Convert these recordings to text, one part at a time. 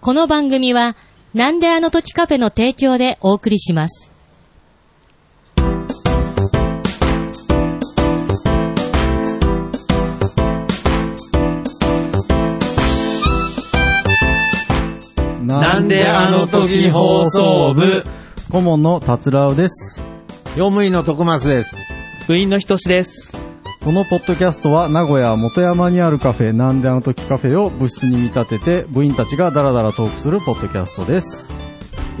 この番組は、なんであの時カフェの提供でお送りします。なんであの時放送部顧問の達郎です。業務員の徳松です。部員のひとしです。このポッドキャストは名古屋元山にあるカフェなんであの時カフェを部室に見立てて部員たちがダラダラトークするポッドキャストです。よ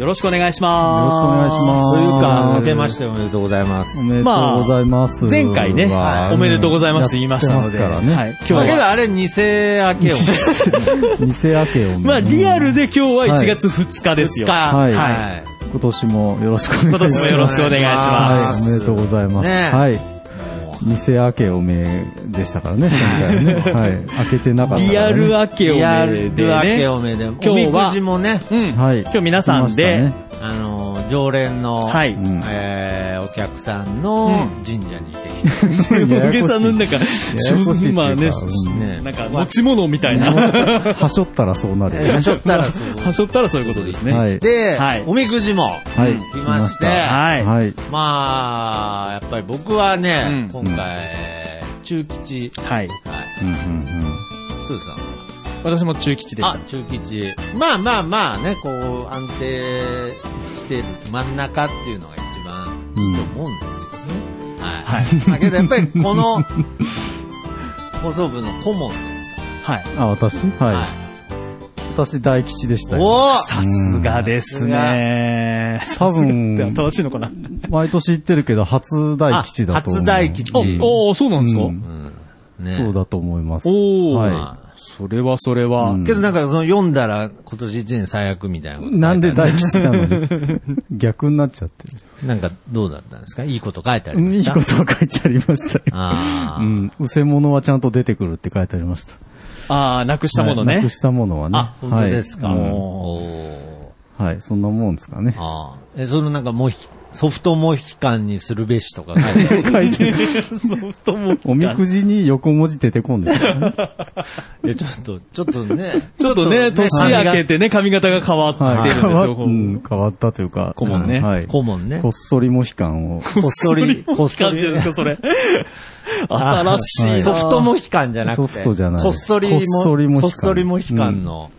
よろしくお願いろししくお願まいす。しします。というか、明けまししておめでとうございます。おめでとうございます。前回ね、はいおめでとうございます言いましたので、やってますからはいね。今だ日けは、どあれ、偽明けよ。偽明けをね。まあリアルで今日ははい1月2日 ですよ。はいは今年もよろしくお願いしま今す。年もよろしくお願いしまはい、おめでとうございます。ねえはい。偽明けおめでしたからね、前 回はね。はい。明けてなかったからす。ね、リアル明い。けおリアめルで明けね。おめで。今日はおみくじもね、うん。はい。今日皆さん来でましたねあのー、常連の、はい うんえーお客さんのう神社に行ってき て、おげさんのなんか、やこしいっていうかまあね、うんねなんか持ち物みたいな。 はしょったらそうなる。はしょったらそう。はしょったらそういうことですね。はいで、はいおみくじも、はい。来まして、はい。はい。まあ、やっぱり僕はね、う今回、中吉、ははい、い。うんうんうん。トゥーさんは私も中吉でしたあ、。中吉。まあまあまあね、こう、安定してる真ん中っていうのが一番いいと思うんですよね。はい。はい、だけどやっぱり この、放送部の顧問ですかはい。あ、私ら。はい。私、大吉でしたよ。おさすがですね。多分 さすがって正しいのかな。毎年言ってるけど、初大吉だと思う。あ初大吉うんおおそうなんですか、うんおうん。ねそうだと思います。おお、はそれはそれは。うんけどなんかその読んだら今年一年最悪みたいなこと書いてあなるんで大吉なのに逆になっちゃってる。なんかどうだったんですかいいこと書いてありまいしいたことは書いてありましたよ。あうあ。ん。うせ物はちゃんと出てくるって書いてありました。ああ、なくしたものね。はいなくしたものはね。あ、本当ですか。はいうんおーはい。そんなもんですかね。ああ。え、そのなんかモヒ、ソフトモヒカンにするべしとか書いてある書いてる。 ソフトも。おみくじに横文字出てこんでた、ね。え、ちょっと、ちょっとね。ちょっとね、年明けてね、髪型が変わっはい。てるんですよ。こ変わううん変わったというか。顧問ねはい。顧問ねこっそりモヒカンを。こっそり、こっこっそりそりモヒカンっていうんですか、それ。 新しいな。ソフトモヒカンじゃなくて。ソフトじゃないこっそりこっそりモヒカンこっそりモヒカンの、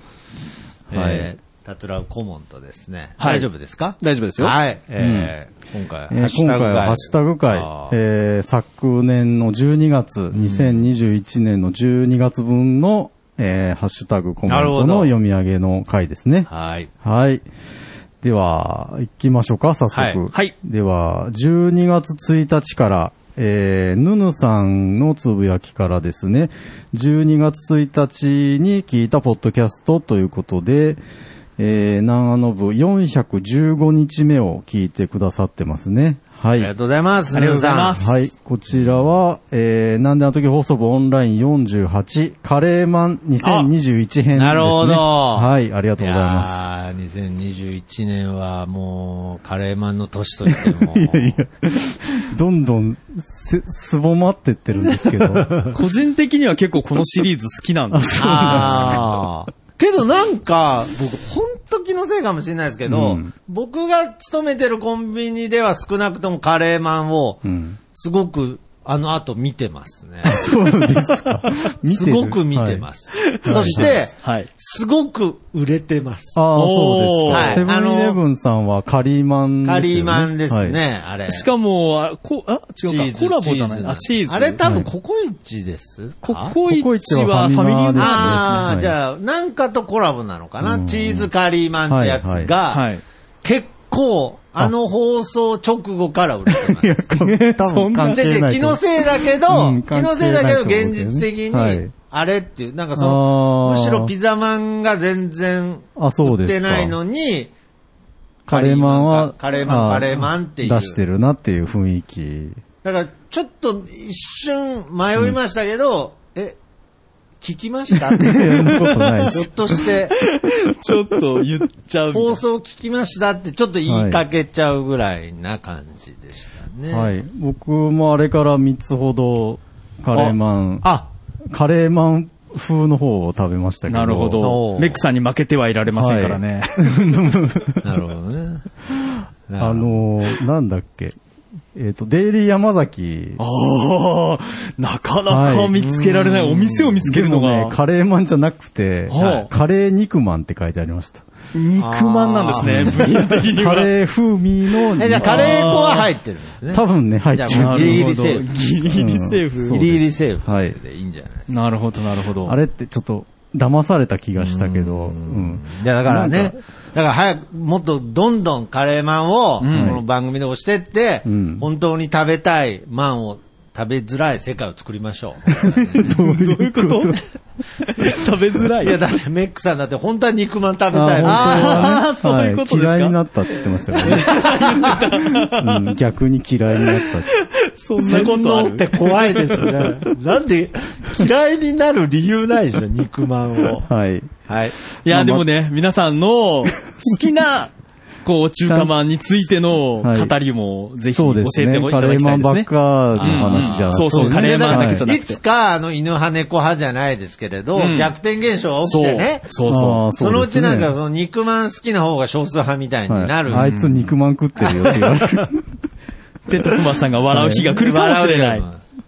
うんえー、タトラウ顧問とですね。はい大丈夫ですか大丈夫ですよ。はい。えー今回、えー今回はハッシュタグ会あ、ーえー昨年の12月、2021年の12月分の、えーハッシュタグコメンなるほトどの読み上げの回ですね。はい。はい。では、行きましょうか、早速。はいはいでは、12月1日から、えー、ぬぬさんのつぶやきからですね、12月1日に聞いたポッドキャストということで、えー、南アノブ415日目を聞いてくださってますね。はあい。りがとうございます。ありがとうございますはい。こちらは、えー、なんであの時放送部オンライン48、カレーマン2021編ですね。なるほどはい、ありがヌとうさんございます。いやー2021年はもう、カレーマンの年と言っても。どんどんす、すぼまってってるんです けど。個人的には結構このシリーズ好きなんです。ああーけどなんか、僕、ほんと気のせいかもしれないですけうど、ん僕が勤めてるコンビニでは少なくともカレーマンをう、ん、すごく、あの後見てますね。そうですか。見てするごく見てま。す。そして、はい。すごく売れてます。はいああ、おーそうですか。セはいあブのンイレブンさんはカリーマンですよカね。リーマンですはい。ね、あれ。しかも、あ、こ、あ、チ違うーか。ズコラボじゃない。あ、チーズ。あれ多は分いココイチですかココイコチはファコミイリチはファミマーーですマああ、はいじゃあ、なんかとコラボなのかな、うんチーズカリーマンってやつが、はいート。はい。結構、あの放送直後から売れてます。多分関係でない気と思のう。せいだけど、うん気のせいだけど関係ないと思現うけどね実的はいに、あれっていう、なんかその、あーむしろピザマンが全然あ、そう売でってすか。ないのに、カレーマンは、カレーマン、あーカレーマンっていう。出してるなっていう雰囲気。だから、ちょっと一瞬迷いましたけど、え、聞き ましたそんなことないひしょっ。として、ちょっと言っちゃうみたいな。放送聞きましたってちょっと言いかけちゃうぐらいな感じでしたね。はい。僕もあれから3つほど、カレーマン、あ、カレーマン風の方を食べましたけど。なるほおど。ーメックさんに負けてはいられませんからね。なるほ どね。あのー、なんだっけ。えっ、と、デイリー山崎。ああ、なかなか見つけられない。お店を見つけるのでもが、ね、カレーマンじゃなくて、はいカレー肉マンって書いてありました。肉まんなんですね、分野的にカは。レー風味の肉。え、じゃあカレー粉は入ってるんですね。多分ね、入ってじゃある。もうギリギリセーフなるほどギリギリセーうんフそ。うギリギリセーフ。はいでいいんじゃないなるほど、なるほど。あれってちょっと騙された気がしたけど、うんいや、だからなんね、だから早く、もっとどんどんカレーマンを、こんの番組で押してってうん、本当に食べたいマンを食べづらい世界を作りましょどういうこと 食べづら う。い。いや、だってメックさんだって本当は肉まん食べたいのに。ああー本当はそういうことですか嫌いになったって言ってました からね。うん逆に嫌いになったって。そんな洗ことあ脳るって怖いですね。なんで、嫌いになる理由ないでしょ、肉まんを。はい。はい。いや、でもね、皆さんの好きな、こう、中華まんについてのはい語りも、ぜひそ教うですえてね。もいカたレーだきたマいンですばっね。かの話じゃなくてうんうんそうそうカレーマンだけじゃなくていつか、あの、犬派猫派じゃないですけれど、うん逆転現象が起きてね。そうあそーそのうちなんか、そうその肉まん好きな方が少数派みたいにですねなる。はいあいつ肉まん食ってるよって言わ れる。う。で、徳間さんが笑う日が来るかもしれな笑い。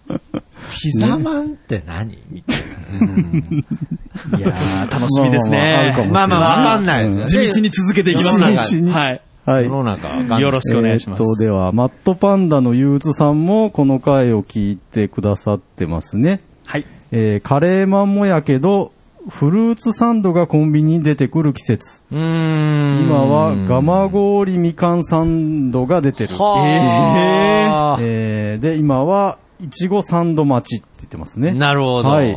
うよ。ピザまんって何みたいいやー、楽しみですまあまああるかな。ね。もまあまあ、わかんないですよね。地道に続けていきましょう。地道にはい。は世の中わかんないよろしくお願いしますえーっと、では、マットパンダの憂鬱さんもこの回を聞いてくださってますね。はい。えーカレーマンもやけど、フルーツサンドがコンビニに出てくる季節。うーん。今は、ガマゴーリみかんサンドが出てる。はーえーで、今は、いちごサンド待ちって言ってますね。なるほど。はい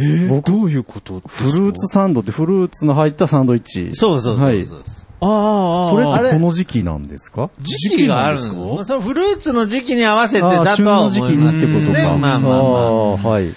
えー、どういうことフルーツサンドってフルーツの入ったサンドイッチ。そうそうはそ。いうそう。あーあそー、れあっーてこの時期なんですか時期がある時期なんのですそのフルーツの時期に合わせてあーだと旬はの思い時ま期すにってことねか。まあまあまあ。あーはい。フ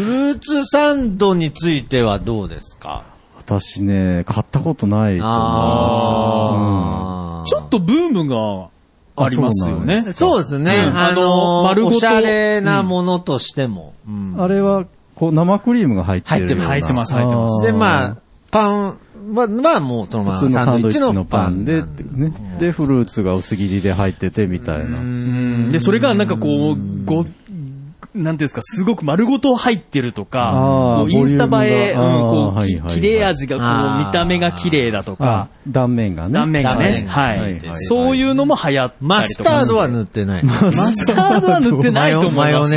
ルーツサンドについてはどうですか私ね、買ったことないと思いまあーちょっとブームがありますよね。そうですね。うんああのの丸ごとおしゃれなものとしても。うんす。あれは、こう、生クリームが入ってるような。入ってます入ってますあーで、まあ、パン、まあ、まあもうそのま普通まのササンンドドイッイッチチののパパンンででっってていいううねね。で、フルーツが薄切りで入っててみたいな。うんで、それがなんかこう、ご、なんていうんですか、すごく丸ごと入ってるとかあー、こうインスタ映え、ボリュームうん、がこあーうはいきはいは、い切れ味が、こあーう、見た目が綺麗だとあか、、断面がね。断面が断面ね、がははいい。そういうのも流行ったりとか。マスタードは塗ってない。マスタードは塗ってないと思いますマ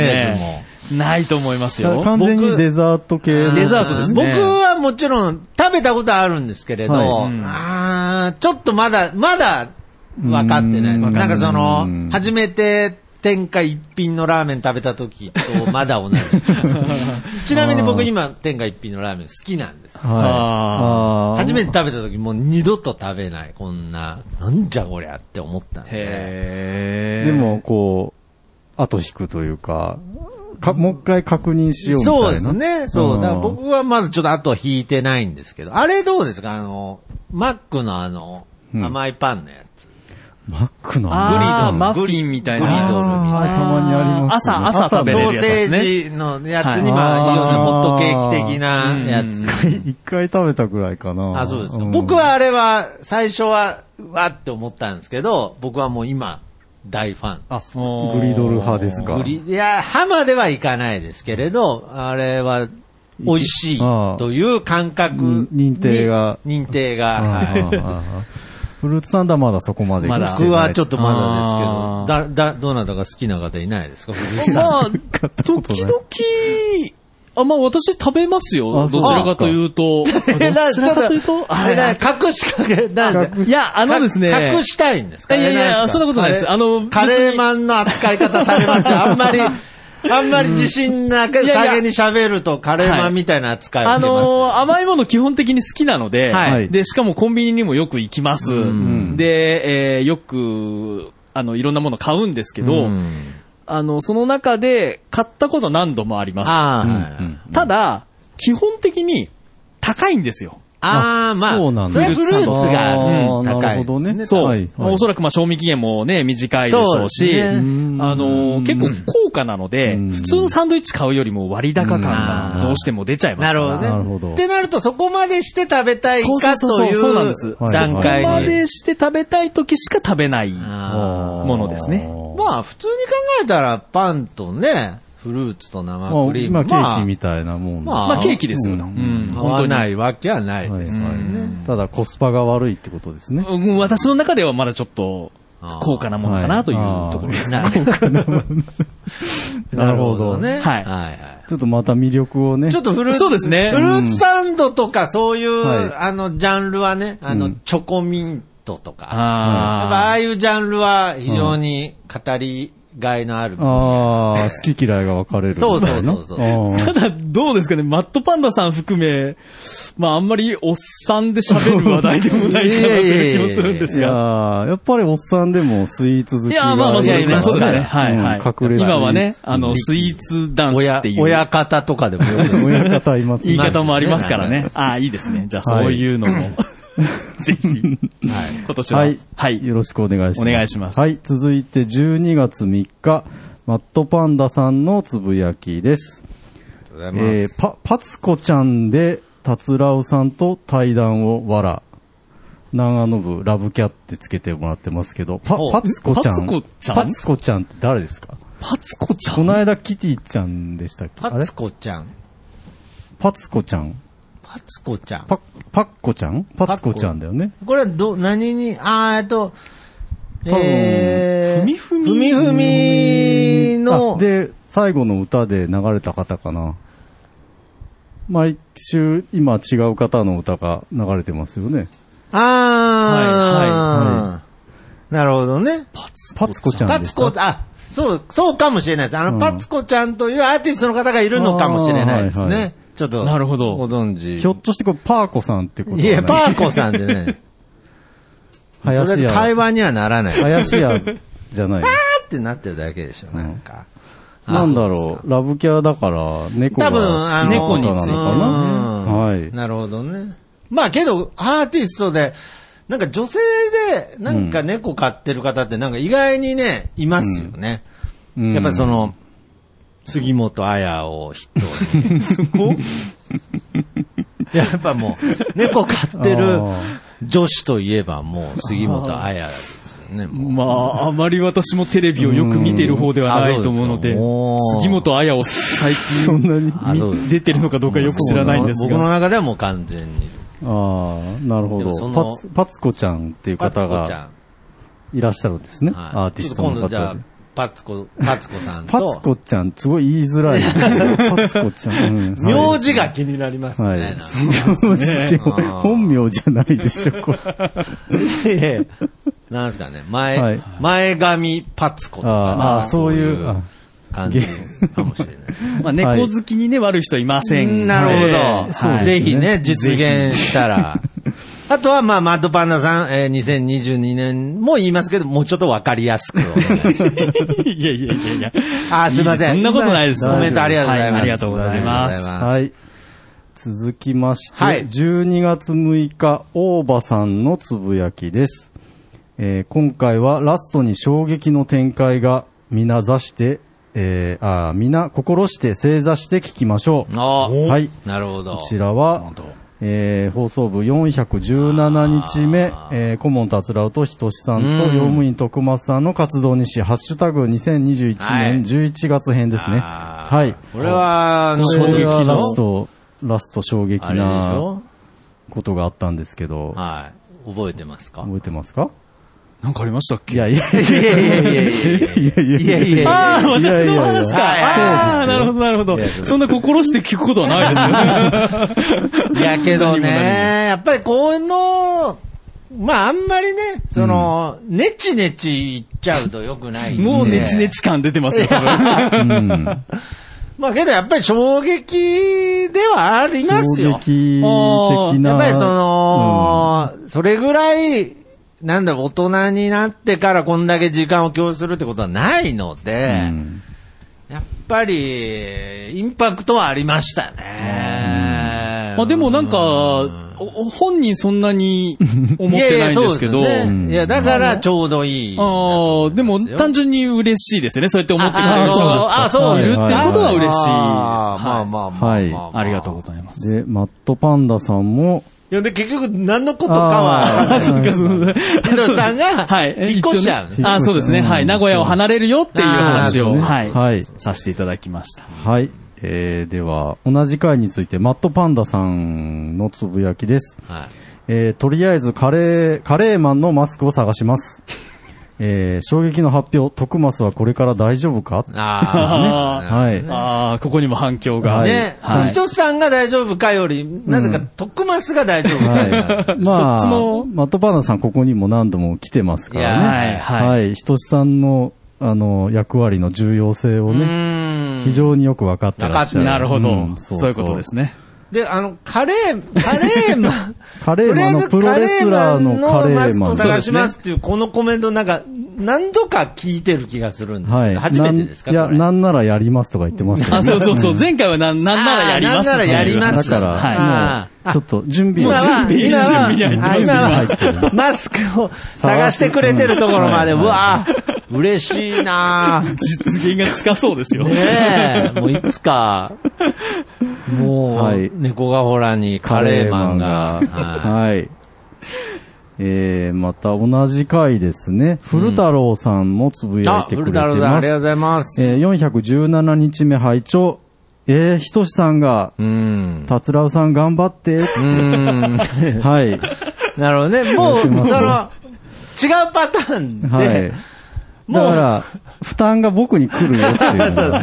ヨマヨね。ネないと思いますよ。完全に僕デザート系の。デザートですね僕はもちろん食べたことあるんですけれど、はいうんあーちょっとまだ、まだ分かってなうい。んなんかそわかんの、ない初めて天下一品のラーメン食べた時とまだ同 じ。ちなみに僕今天下一品のラーメン好きなんです。はい。ああー初めて食べた時もう二度と食べない。こんな、なんじゃこりゃって思ったんで。へーでも、、こう、後引くというか、かもう一回確認しようみたいな。そうですね。そう。んだから僕はまだちょっと後引いてないんですけど。あれどうですかあの、マックのあの、うん甘いパンのやつ。マックのグリああードルマフィンみたいな。グリドルみたいなあーたまにありますよね朝、朝食べれソるーやつでセすね。ージのやつに、はいまあ、あー要するにホットケーキ的なやつ。うん一回一回食べたぐらいかな。あ、そうですか。ん僕、はあれは、最初は、うわって思ったんですけど、僕はもう今、大ファン。あ、そうグリドル派ですか。グリいや、歯まではいかないですけれど、あれは、美味しいという感覚にに認定が認定が。あはいーあーあーフルーツサンダーまだそこまでまだ来てない 僕はちょっとあまーだですけど、だ、だ、どなたが好きな方いないですか古市さん。まあ、ことない時々、あ、まあ私食べますよ。あそうどちらかという と。どち え、な、ちょらっとかというと、、あえな隠しかけ、なんでいや、あのですね。隠したいんですいかやいやいえや、ですかそんなことないです。あの、カレ別ーにマンの扱い方されます よ。あんまり、あんまり自信なく、いやいや大変に喋るとカレーマンみたいな扱いをあ受けますよ。のー甘いもの基本的に好きなので、はいで、しかもコンビニにもよく行きます。んで、えーよく、あの、いろんなもの買うんですけど、うんあの、その中で買ったこと何度もあります。ああ、はいうんただ、基本的に高いんですよ。あー、まあ、そうなんそだれはフルーツがあるうん高いなるほどねそう。はいはいおそらくまあ賞味期限もね、短いでしょうそうし、ですねうんあのー結構高価なので、うん普通のサンドイッチ買うよりも割高感うんがどうしても出ちゃいますなかるほら。どね。なるほどってなると、そこまでして食べたいそうかそうとそういそうなんですう段はいここま階に。でして食べたい時しか食べない。あものですねーまあ、普通に考えたら、パンとね、フルーツとあ生まクあ、リー今ム。ケーキみたたいなもんでまあまあケーキですよね。ううんん。いな。合本当わに。ないわけはないはいです。うんただコスパが悪いってことですね。うん私の中ではまだちょっとあー高価なものかなというところです。なるほどなるほどね。はいはちょっとまた魅力をね。い。ちょっとフルーツ、そうですねフルーツサンドとかそういう、はいあの、ジャンルはね、あの、うんチョコミントとか。やっぱあああいうジャンルは非常に語りがいのある。ああ、好き嫌いが分かれるみたいな。そうそうそうそうああ。ーただ、どうですかね、マットパンダさん含め、まああんまりおっさんで喋る話題でもないかなという気もするんですいやが。ーやっぱりおっさんでもスイーツ好いきがや、まあまあそうですいやね。まあそうですね。そうだはいはい。うん隠れスイーツ今はね、あの、スイーツ男子親ってい、う親方とかでもよく親方いますね言い方もありますからいね。ああ、いいですね。じゃあそういうのも、ぜひ、今年は。はい。はい。よろしくお願いします。お願いしますはい。続いて12月3日、マットパンダさんのつぶやきです。えー、パ、パツコちゃんで、たつらうさんと対談をわら。長野部ラブキャってつけてもらってますけど、パほう、パツコちゃん。パツコちゃんパツコちゃんって誰ですかパツコちゃこんの間キティちゃんでしたっけあパれツコちゃん。パツコちゃんパツコちゃん。パ、パッコちゃんパツコちゃんだよね。これはど、何に、あー、えっと、分えー、ふみふみふみふみのあ、で、最後の歌で流れた方かな。毎週、今違う方の歌が流れてますよね。はいはいあー、なるほどね。パツパツコちゃパんでツしたコ、あ、そう、そうかもしれないです。あうの、んパツコちゃんというアーティストの方がいるのかもしれないですあーはいはね。ちょっと、なるほどご存知。ひょっとしてこれ、パーコさんってことはいないや、パーコさん でね、とりあえ林ず会家、話にはならない。パー林家じゃない。ってなってるだけでしょ、なんか。 なんだろう、ラブキャだから、猫が多好き分、なあの、猫について方なのかなうんはい。なるほどね。まあけど、アーティストで、なんか女性で、なんか猫飼ってる方ってなんか意外にね、いますよね。うんやっぱそ、の、杉本彩を筆 頭に。 やっぱもう、猫飼ってるあー女子といえばもう杉本彩ですよね。もうまあ、あまり私もテレビをよく見ている方ではないと思うので、うんあそうですか杉本彩を最そん近なに、ああそうで見す出てるのかどうかよく知らないんです僕のが、中ではもう完全に。あ、なるほでもそど。のパツ、パツコちゃんっていうパツ方コちゃがん。いらっしゃるんですね。はいアーティストのちょ方っと今度じゃあで。、パツコ、パツコさんと。パツコちゃん、すごい言いづらいですね。パツコちゃん。うん 名字が気になりますね。はいなんか名字ってあー 本名じゃないでしょ、これ。いやいやなんですかね、前、はい前髪パツコとか、あーあーそういうあ感じかもしれなまあ、猫好きにね、悪い人いませい。んなるほど、はいそうですねぜひね、実現したら。あとは、まあ、マッドパンダさん、えー、2022年も言いますけど、もうちょっとわかりやすくお願いし ます。い やいやいやいや。あー、すいません。そんなことないです。コメントありがとうございます。はありがとうございまありがとうございます。すはい。続きまして、はい12月6日、大場さんのつぶやきです。えー今回はラストに衝撃の展開が、皆座して、えー、あー皆心して正座して聞きましょう。あーはい。なるほど。こちらは、えー放送部417日目、えー、顧問達郎とひとしさんと、うん用務員徳松さんの活動にし、ハッシュタグ2021は年い11月編ですね。あーはい。これは、あのこれは衝ラ撃スのト、ラスト衝撃あれでしなょことがあったんですけど、はい。覚えてますか覚えてますかなんかありましたっいけやいやいやいやいや いやいやいやいやいやいや。ああ、いやいや私いやの話か。はいああ、なるほど、なるほいど。やいやそんな心して聞くことはないですよ ね。いやけど何も何ね、やっぱりこの、まああんまりね、その、ネチネチ言っちゃうと良くないんで。もうネチネチ感出てますよ、多分。うん。まあけどやっぱり衝撃ではあります衝撃よ。あ的ーな。やっぱりその、それぐらい、なんだろう、大人になってからこんだけ時間を供するってことはないのうで、ん、やっぱり、インパクトはありましたね。まあでもなんか、お本人そんなに思ってないんですけど、いやいやそうねいや、だからちょうどいい。ああ、でも単純に嬉しいですね。そうやって思ってくれる人ああそうがいるってことは嬉しいです。あーまあはまあまあまあまあ、い。ありがとうございます。で、マットパンダさんも、いや、で、結局、何のことかは、あーそうかそうか伊藤さんが、はい。引っ越しちゃうね一応ねあ、そうですね。はい。名古屋を離れるよっていう話を、あーはい。はいさせていただきました。はい。えー、では、同じ回について、マットパンダさんのつぶやきです。はい。えー、とりあえずカレー、カレーマンのマスクを探します。えー、衝撃の発表、徳マスはこれから大丈夫かああ、はい。ああ、ここにも反響が。はいね、はい伊藤さんが大丈夫かより、なぜか、徳松が大丈夫かはい。まこっちあの、マットパンダさんここにも何度も来てますかいらやね。はい。ははい。い。ひとしさんの、あの、役割の重要性をうね、ーん非常によく分かってらっしゃる。なるほうどん。そういうことで。す ね。で、あの、カレー、カレーマン、カレーマンのプロレスラーのカレーマンとりあえずカレーマンのマスクを探しますっていう、このコメントなんか、何度か聞いてる気がするんですはけい。ど、初めてですかなんこれいや、なんならやりますとか言ってますけどあ、ねそうそうそう。前回はなん、なんならやります。あーなんならやりますだから、はもいう、ちょっと準備今を。は、準備今は、準備にあ入っ今てます準備に入っては、マスクを探してくれてるところまで、はいうわぁ、嬉しいなぁ。実現が近そうですよ。ねえ、もういつか、もはうい、猫がほらにカレーマンが、ははい。えー、また同じ回ですね。古太郎さんもつぶいやい、あてくれ古て太郎さん、あまりす。がとうございます。えー、417日目拝聴えー、ひとしさんが、うん。たつらうさん頑張って。うん。 はい。なるほど ね。もう、そしますの、違うパターンで、はい。もだうから、負担が僕に来るよっていうの が。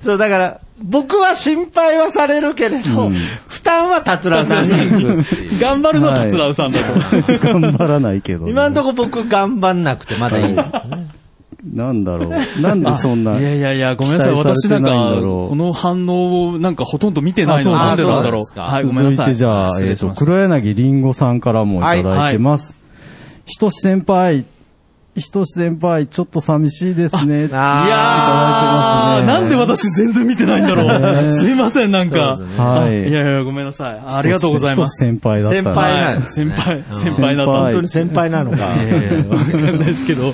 そう、だから、僕は心配はされるけれど、うん負担は達郎さんに行くっていう 頑張るのは達郎さんだと。頑張らないけど。今んとこ僕頑張んなくてまだいいですね。なんだろう。なんでそんな。いやいやいや、ごめんなさい。期待さ私れなてんないんだか、ろうこの反応をなんかほとんど見てないのあなんそでうなんだろそうですう。かはい、ごめ続んないさい。てじゃあ、失えっ礼しと、ました黒柳りんごさんからもいただいてます。ひとし先輩、ひとし先輩、ちょっと寂しいですね。あいやいただいてますー、ねなんで私全然見てないんだろう。すいません、なんかそうで。すねはいい。やいや、ごめんなさい。ありがとうございまひす。とし先輩だった先な輩はい先輩、先輩な先さ輩ん。本当に先輩なのか。いやいやわかんないですけど。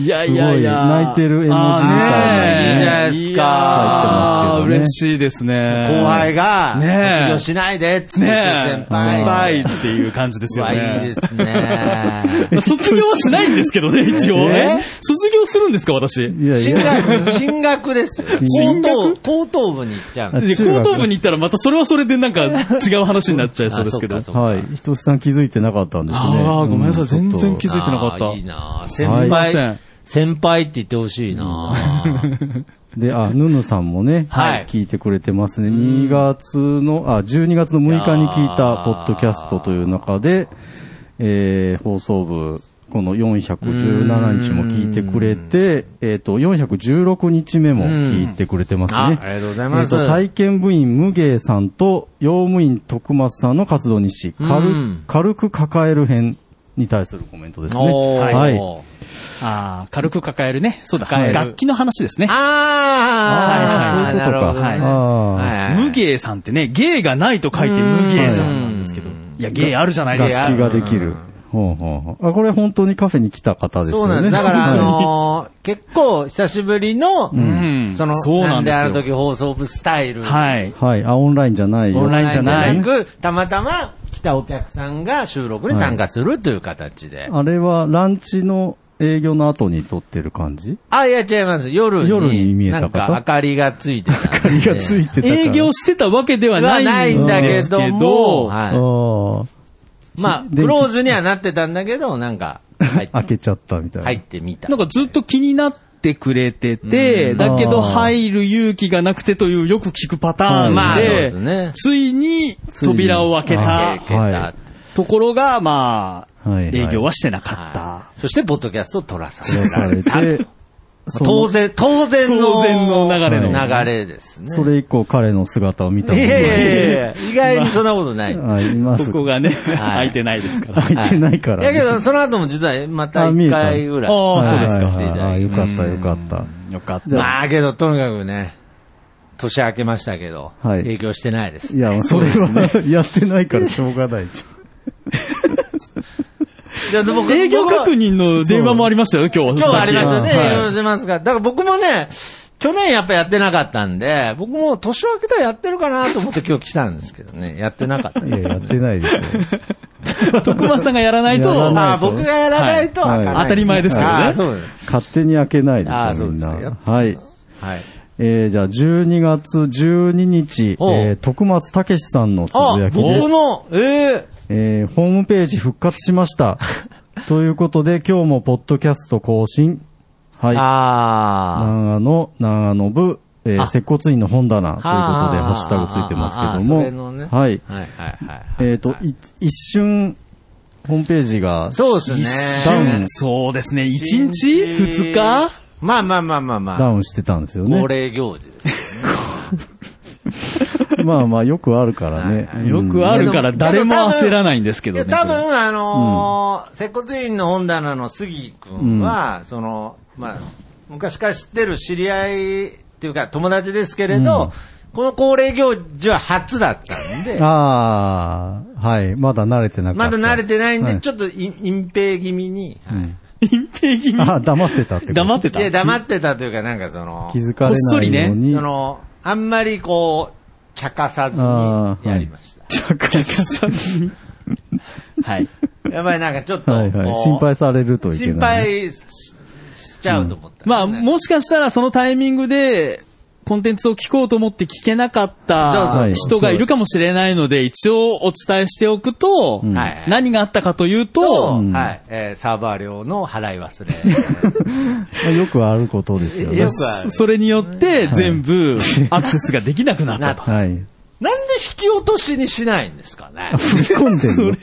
いやいやいや。すごい泣いてる絵文字みたいなねあーねえいいじゃないですかやー入ってますけどね嬉しいですね。後輩が、ねえ卒業しないで、つって、ね先え、先輩輩。っていう感じですうよわ、ね。いいですね。まあ卒業はしないんですけ どね、一応えね。卒業するんですか、私。いやい進や。学、進学ですよ。進高学等、高等部に行っちゃうんあでで中学後頭部に行ったらまたそれはそれでなんか違う話になっちゃいそうですけど。ああそうかはい。ひとしさん気づいてなかったんですね。あー、ごめんなさうい。全ちょ然っと気づいてなかっあたーい。いな先はいすいませ輩ん、先輩って言ってほしいなで、あ、ヌヌさんもね、はい聞いてくれてますね。2月の、あ、12月の6日に聞いたポッドキャストという中で、えー放送部、この417日も聞いてくれて、えっ、と、416日目も聞いてくれてますね。あありがとうございますえっ、と、体験部員無芸さんと、用務員徳松さんの活動日誌、軽うん軽く抱える編に対するコメントですね。おーはい。ああ、軽く抱えるね。そうだ。抱える楽器の話ですね。ああーあ、そういうことかなるほどねはいあはい無芸さんってね、芸がないと書いて無芸さんなんですけど。いや、芸あるじゃない楽で器すか。ができる。ほうほうほうあ、これ本当にカフェに来た方ですそようね。なんです。だから、あはいのー、結構久しぶりの、んその、そうなんですよあの時放送部スタイル。はい。はい。あ、オンラインじゃないよ。オンラインじゃないオンラインじゃなくたまたま来たお客さんが収録に参加するという形で。あれは、ランチの営業の後に撮ってる感じあ、いや違います。夜に。夜に見えた方なんか明かりがついてたんで。明か火がついてたから。営業してたわけでははなないいんんだでけすけどども、、あはいーまあ、電気クローズにはなってたんだけど、なんか、 入っ開けちゃったみたいな。入ってみた。なんかずっと気になってくれてて、だけどあー入る勇気がなくてというよく聞くパターンで、まあ、そうですね。ついについに扉を開けあた開けはたい。ところが、まあ、はいはい営業はしてなかった。はいそして、ポッドキャストを撮らさ出れさた。れて、その当然、当然の。当然の流れの流れですね。それ以降彼の姿を見たいこやとないいやいやいや意外にそんなことない。いあります。そこがね、い 開いてないですから。開いてないからね。やけど、その後も実は、またあ見え一た回ぐらい。あーそうですかはいはいはいあーよかったよかった。よかっじゃた。まあ、けど、とにかくね、年明けましたけど、はい影響してないです。いや、それは やってないからしょうがないじいやで僕営業僕は確認の電話もありましたよね、今日は。今日はありましたね。さっきは営はい業してますから。だから僕もね、去年やっぱやってなかったんで、僕も年明けたらやってるかなと思って今日来たんですけどね、やってなかったゃん。いや、やってないですよ。徳松さんがやらないと、やらないああー僕がやらないとはい開かない当たり前ですけどねあーそうです。勝手に開けないであーすそよ、うみでんすな。ねやっはい。はい。えー、じゃあ、12月12日、おうえー、徳松武史さんのつあぶや、きです。僕の、ええーホームページ復活しま した。ということで、今日もポッドキャスト更新。はえ。い。ああ。長野、長野部、えーあ接骨院の本棚ということで、あーハッシュタグついてますけどあーあーあーも。それのねはい。はいはいはい。えっ、と、い一瞬、ホームページが、そうですね。一ダウ瞬ン、そうですね、一日二日まあまあまあまあまダあ。ウンしてたんですよね恒。例行事です。まあまあ、よくあるからね。よくあるから誰も焦らないんですけいどや、ね。多分、あのー接骨院の本棚の杉君は、その、まあ、昔から知ってる知り合いっていうか友達ですけれど、この恒例行事は初だったんで、 ああ、はい。まだ慣れてなか まった。だ慣れてないんで、はいちょっとい隠蔽気味に、うん隠蔽気味。あー黙ってたってこと。黙っていた。や、黙ってたというか、なんかその気、づかれないようそに。の、あんまりこう、茶化さずにやりました。着さんに。はい。やばい、なんかちょっ とこう、はいはい。心配されるといけ心ない。配ししちゃうと思った、まあ、もしかしたらそのタイミングで、コンテンツを聞こうと思って聞けなかっそうそたう人がいるかもしれないので、一応お伝えしておくと、んはいはい何があったかというと、と、んはい、えーサーバー料の払い忘れ。まあよくあることですよねよ。くあるそれによって全部アクセスができなくなったと。はい。振なんで引き落としにしないんですかねり込んでんのい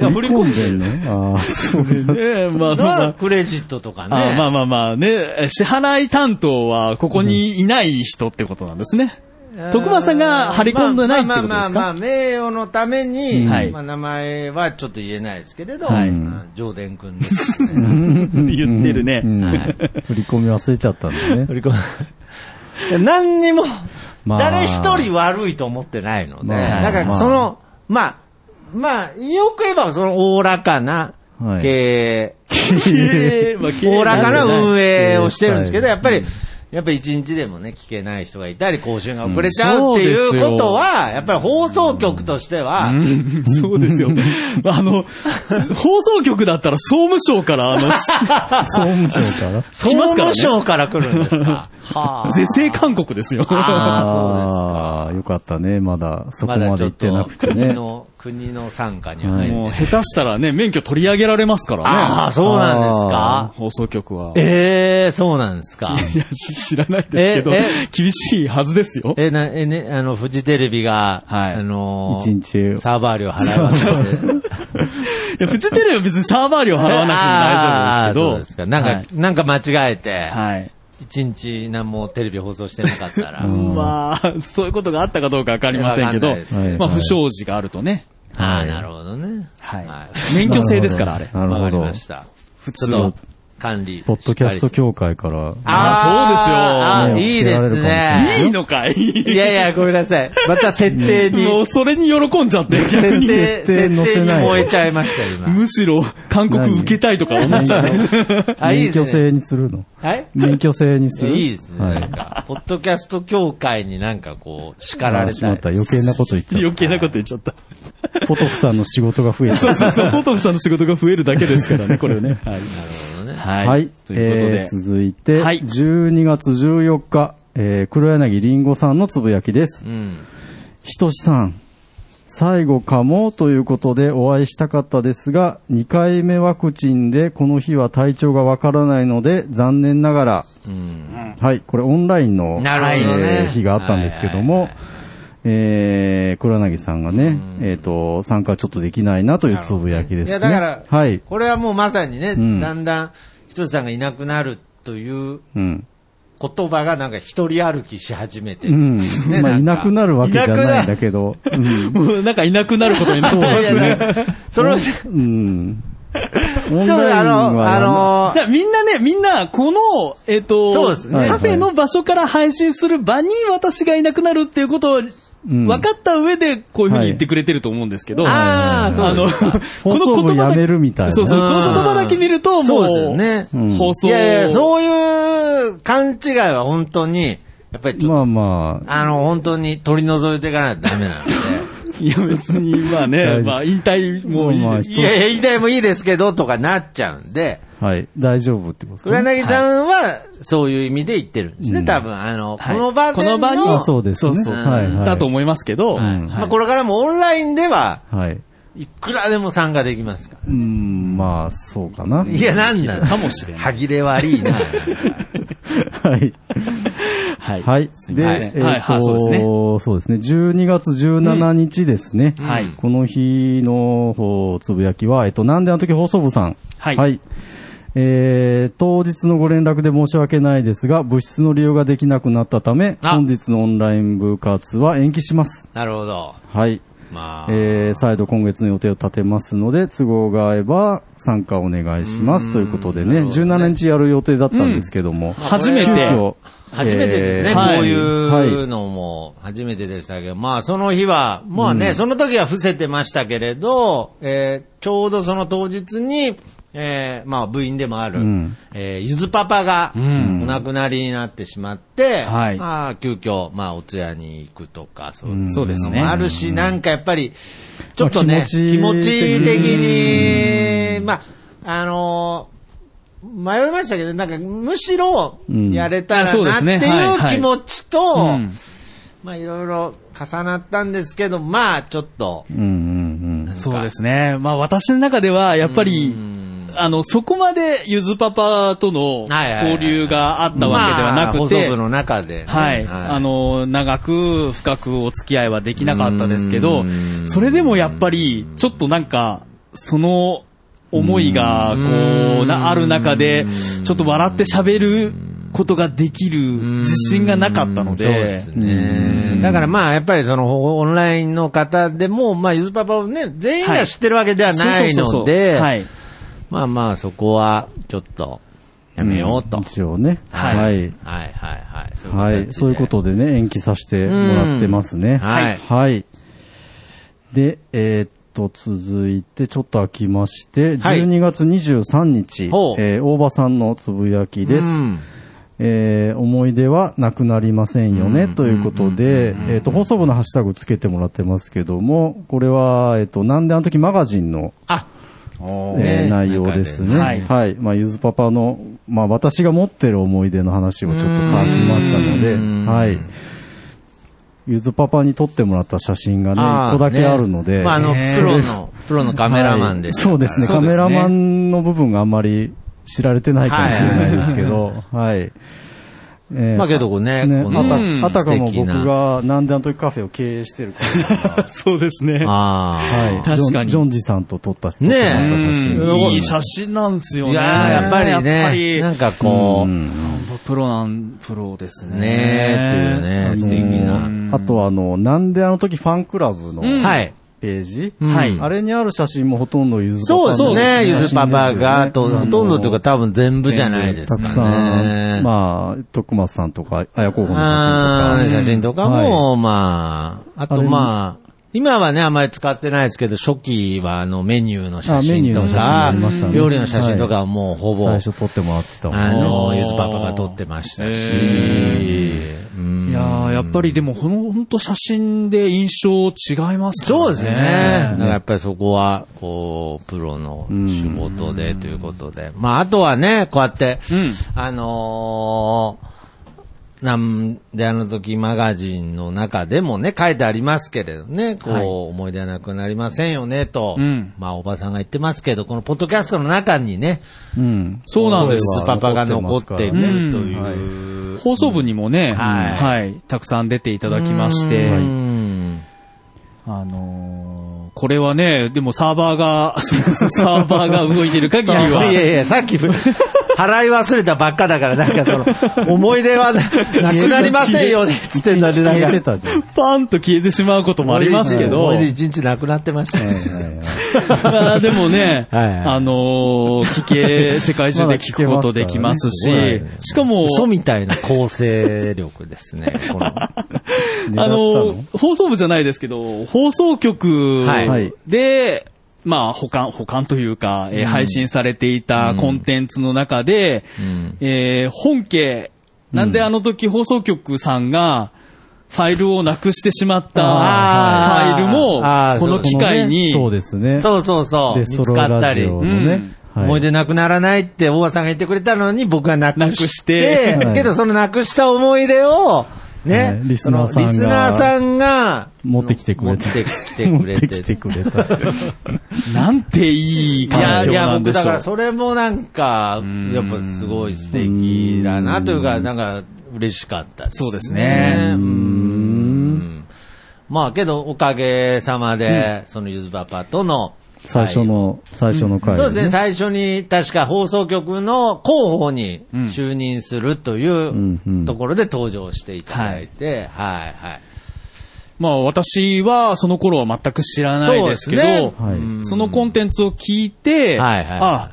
や振り込んでんのああ、そう。ええ まあだまからあ、クレジットとかね。あまあまあまあね、え支払い担当はここにいない人ってことなんですね。徳間さんが張り込んでないってことですか、まあまあまあまあ、名誉のために、はいまあ、名前はちょっと言えないですけれど、はいまあ上田君です、ね。 言ってるね。うんはい振り込み忘れちゃったんだね。 何にも、まあ誰一人悪いと思ってないので、まあだからその、まあ、まあ、よく言えばそのおおらかなはい経営、ええまあおおらかな運営をしてるんですけど、経営やっぱり、やっぱり一日でもね、聞けない人がいたり、講習が遅れちゃうっていうことは、やっぱり放送局としては、うん そうですよ。あの、放送局だったら総務省から、あの、し総務省から。総来ますか務らね省から来るんですか。は 是正勧告ですよ。ああ、よかったね。まだ、そこままだちでょ行っってなとくて国ね。の、国の参加には入ってない もう下手したらね、免許取り上げられますからあね。あ、そうなんですか。放送局は。ええそうなんですか。いや、し知らないですけどええ、厳しいはずですよ。え、な、え、ね、あの、フジテレビが、はいあのー一日サーバー料払いますので。いや、フジテレビは別にサーバー料払わなくても大丈あーそう夫でですすか。けど。なんか、はいなんか間違えて、はい。一日何もテレビ放送してなかったら、まあ、そういうことがあったかどうかわかりませんけわどかんないですけどはい、まあ、不祥事があるとね。ああ、なるほどね。はい。免許制ですから、あれ。なるわかほりどま。した。普ち通ょっはと。、管理。ポッドキャストしっかりして協会から。あーねいいでつけられるすかもしれね。いいのかいいやいや、ごめんなさい。また設定に。 もうそれに喜んじゃって、設逆に。定、設設定載定せにない燃えちゃいました、今。むしろ、韓国受けたいとか思っちゃう。あ、いい免で許すね。制にするのはい免許制にするいいですね。はなんい。か、ポッドキャスト協会になんかこう、叱らあーれしまたっい。た。余計なこと言っちゃった余計なこと言っちゃった。ポトフさんの仕事が増えた。そうそうそう、ポトフさんの仕事が増えるだけですからね、これね。はい。 なるほどね。はい。はい。ということで。えー続いて、はい12月14日、えー、黒柳りんごさんのつぶやきですう。ん。ひとしさん、最後かもということでお会いしたかったですが、2回目ワクチンでこの日は体調がわからないので、残念ながら、うん。はい、これオンラインの、なるほどねえー日があったんですけども、えー、黒柳さんがね、えっ、と、参加ちょっとできないなというつぶやきですね。いや、だから、はい。これはもうまさにね、んだんだん、ひとしさんがいなくなるといううん。言葉がなんか一人歩きし始めてうるん。まあ、いなくなるわけじゃないんだけけど、うん。 もうなんかいなくなることになってますど。いやね。だからそれを、うん。オンちょっとラあインの、はあのだからみんなね、みんな、この、えっ、と、そうですねカフェの場所から配信する場に私がいなくなるっていうことをん分かった上で、こういうふうに言ってくれてると思うんですけど、ああ、そうあの、です。こ放送部やだめけるみたいな。そうそう、この言葉だけ見ると、も、そううですよね。うん放送いやいや、そういう勘違いは本当に、やっぱりちょっと、まあまあ、あの、本当に取り除いていかないとダメな ので。いや、別に、まあ大ね、丈夫まあ、引退もいいですいやいや、言いたいもいいですけど、とかなっちゃうんで、はい、大丈夫ってことですか、ね。黒柳さんは、そういう意味で言ってるんですね、うん多分。あの、はいこの場での、この場にあそうですね。そうそうはいはい。だと思いますけど、うんまあ、これからもオンラインでは、はい。いくらでも参加できますかうん、まあ、そうかな。ら。いや、なんだかもしれない歯切れ悪いな。 はい。はい。はい。で、はいえっ、はいはいとそうですねそうですね。12月17日ですね。んはいこの日のほうつぶやきは、えっ、と、なんであの時放送部さん。はいえー、当日のご連絡で申し訳ないですが、部室の利用ができなくなったため、あ本日のオンライン部活は延期します。なるほど。はい。まあ、えー、再度今月の予定を立てますので、都合が合えば参加お願いしますということでね、17日やる予定だったんですけども、初め急て、遽初めてですね、えーはいこういはうのも初めてでしたけど、まあその日は、まあね、その時は伏せてましたけれど、えーちょうどその当日に、えーまあ部員でもある、うんえーゆずパパがおん亡くなりになってしまって、はいまあ急遽、まあお通夜に行くとか、そううんそういでうすのねも。あるし、なんかやっぱり、ちょっとまねあ、気持気ち持的にち的に、まあ、あのー迷いましたけど、なんか、むしろ、うんやれたらそうでなっすてねはいいうはい気持ちと、うんまあ、いろいろ重なったんですけど、まあ、ちょっと、うんうんうん。そうですね。まあ私の中では、やっぱり、あの、そこまでゆずパパとのはいはいはい交流があったわけではなまあく放て、送部の中でね、はい。あの、長く深くお付き合いはできなかったですけどうー、んそれでもやっぱり、ちょっとなんか、その思いが、こう、な、ある中で、ちょっと笑って喋ることができる自信がなかったのそうでで、すね。だからまあ、やっぱりその、オンラインの方でも、まあ、ゆずパパをね、全員が知ってるわけではないそうそのうそうそうはで、い。まあまあ、そこは、ちょっと、やめようと。一応ね。はいはい。はいはいはい。そはい。そういうこをとでね、延期させてもらってますね。んはいはい。で、えーっと、続いて、ちょっと空きまして、はい形12月23日、ほうえー大場さんのつぶやきです。えー思い出はなくなりませんよね、ということで、えーっと、放送部のハッシュタグつけてもらってますけども、これは、えーっと、なんであの時マガジンのあ、えねー内容ですね。はいはい。まあ、ゆずパパの、まあ、私が持ってる思い出の話をちょっと感じましたので、はい。ゆずパパに撮ってもらった写真がね、あー一個だけあるので、ねまあ、あの、ねプロの、プロのカメラマンです、はいそうですね。そカうでメすねラマンの部分があんまり知られてないかもしれないですけど、はい。えーまあけどこうね、ねこあのうんたあたかも素敵僕なが、なんであの時カフェを経営 してるかのような そうですね。あはい。確かにジョンジョンジさんと撮った、撮ってねえもらった写真うんいい写真なんですあ。よいね。やーやっぱりね、やなっんかこう、うんぱりプロなん、プロですね。ねえ、っていうね、素敵あな。のーあとはあの、なんであの時ファンクラブのうんはい。ページ、うんはいあれにある写真もほとんどゆずパそうパのですね、ゆずパパが、写真ですよと、ねほとんどというか多分全部じゃないですたくかね。さん、まあ、徳松さんとか、あや候補のあー写真とか。写真とかも、まあ、あとまあ、今はね、あんまり使ってないですけど、初期はあのメニューの写あメニュー真のと写真あかりました、ね料理の写真とかはもうほぼ、最初撮ってもらってたもんあの、あーゆずパパが撮ってましたし、へうんいやーやっぱりでも、ほの、ほんと写真で印象違いますからね。そうですね。だからやっぱりそこは、こう、プロの仕事でということで。まあ、あとはね、こうやって、うんあのーなんであの時マガジンの中でもね、書いてありますけれどね、こう、はい思い出はなくなりませんよね、と、うんまあ、おばさんが言ってますけど、このポッドキャストの中にね、うん。そうなんです。これはパパが残っているという。うんはい放送部にもね、ははい、たくさん出ていただきましうて、んあのーこれ はね、でもサーバーが、そうそうサーバーが動いてる限いりやいは、 やいや、さっきふ、払い忘れたばっかだから、なんかその、思い出 はななくなりませんよね、つってなでな消えてんか。たじゃん。パーンと消えてしまうこともありますけど思い、出一日なくなってましたね。 まあでもね、はいはいあのー聞け、世界中で聞くことできますし、まだ聞けますからねしかも、嘘みたいな構成力です ね。このあの狙ったー放送部じゃないですけど、放送局はいで、まあ、保管、保管というか、えー配信されていたコンテンツの中で、んえー本家、なんであの時放送局さんが、ファイルをなくしてしまったフあーァイルあもー、この機会に、そうですね。そうそうそう。見デスつトロかイったラりジ。オのね。はい思い出なくならないって大和さんが言ってくれたのに僕がなくして、 なくしてけどそのなくした思い出を、ねね、リスナーさんがそのリスナーさんが持ってきてくれ持た。ってきてくれ 持ってきてて。くれた。なんていいいや環い境や、なん僕でだしょかうら。それもなんか、やっぱすごい素敵だなというか、なんか嬉しかったそうですねうんまあけど、おかげさまで、そのゆずパパとの、最初の、最初の回。そうですね、。最初に確か放送局の候補に就任するといんううんところで登場していただいて、はい、はい。まあ私はその頃は全く知らないですけど、そそうですねはいのコンテンツを聞いて、はいはいあ、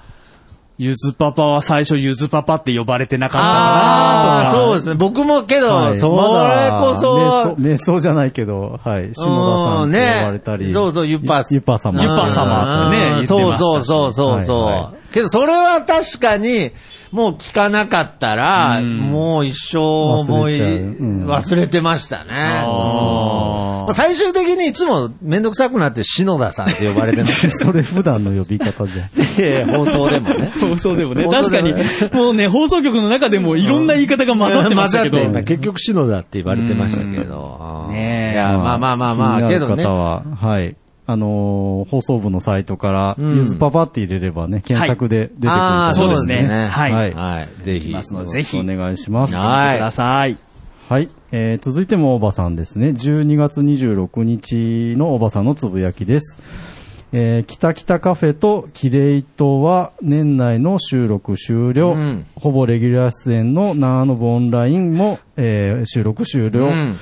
ゆずパパは最初ゆずパパって呼ばれてなかったああなー、とか。そうですね。僕もけど、はいそれこそ、瞑想瞑想じゃないけど、はい。下田さんって呼ばれたうんり。ねそうそうゆっぱゆっぱ様。ゆっぱ様ってねうん言ってましたしそうそうそうそう。はいははいけど、それは確かに、もう聞かなかったら、うんもう一生思忘い、れちゃううん忘れてましたね。あーうん最終的にいつもめんどくさくなって篠田さんって呼ばれて ましそれ普段の呼び方じゃん。た。いやいや放送でもね。 放送でもね。放送確でかもねに、もうね、放送局の中でもいろんな言い方が混ざってましたけ ど。混ざって結局篠田って言われてましたけど。うんねえいや、 まあまあまあ気まあ、にけなるどね。方は、はい。あのー放送部のサイトから、うんゆずパパって入れればね、検索で出てくると思ああ、そうそでうすですねね。はいはい。ぜひ。ますので、よぜろひ、しくお聞いて願いします。はください。はい。えー続いてもおばさんですね。12月26日のおばさんのつぶやきです。えー、きたきたカフェとキレイトは年内の収録終了。うんほぼレギュラー出演の長野ボオンラインも、えー収録終了。うん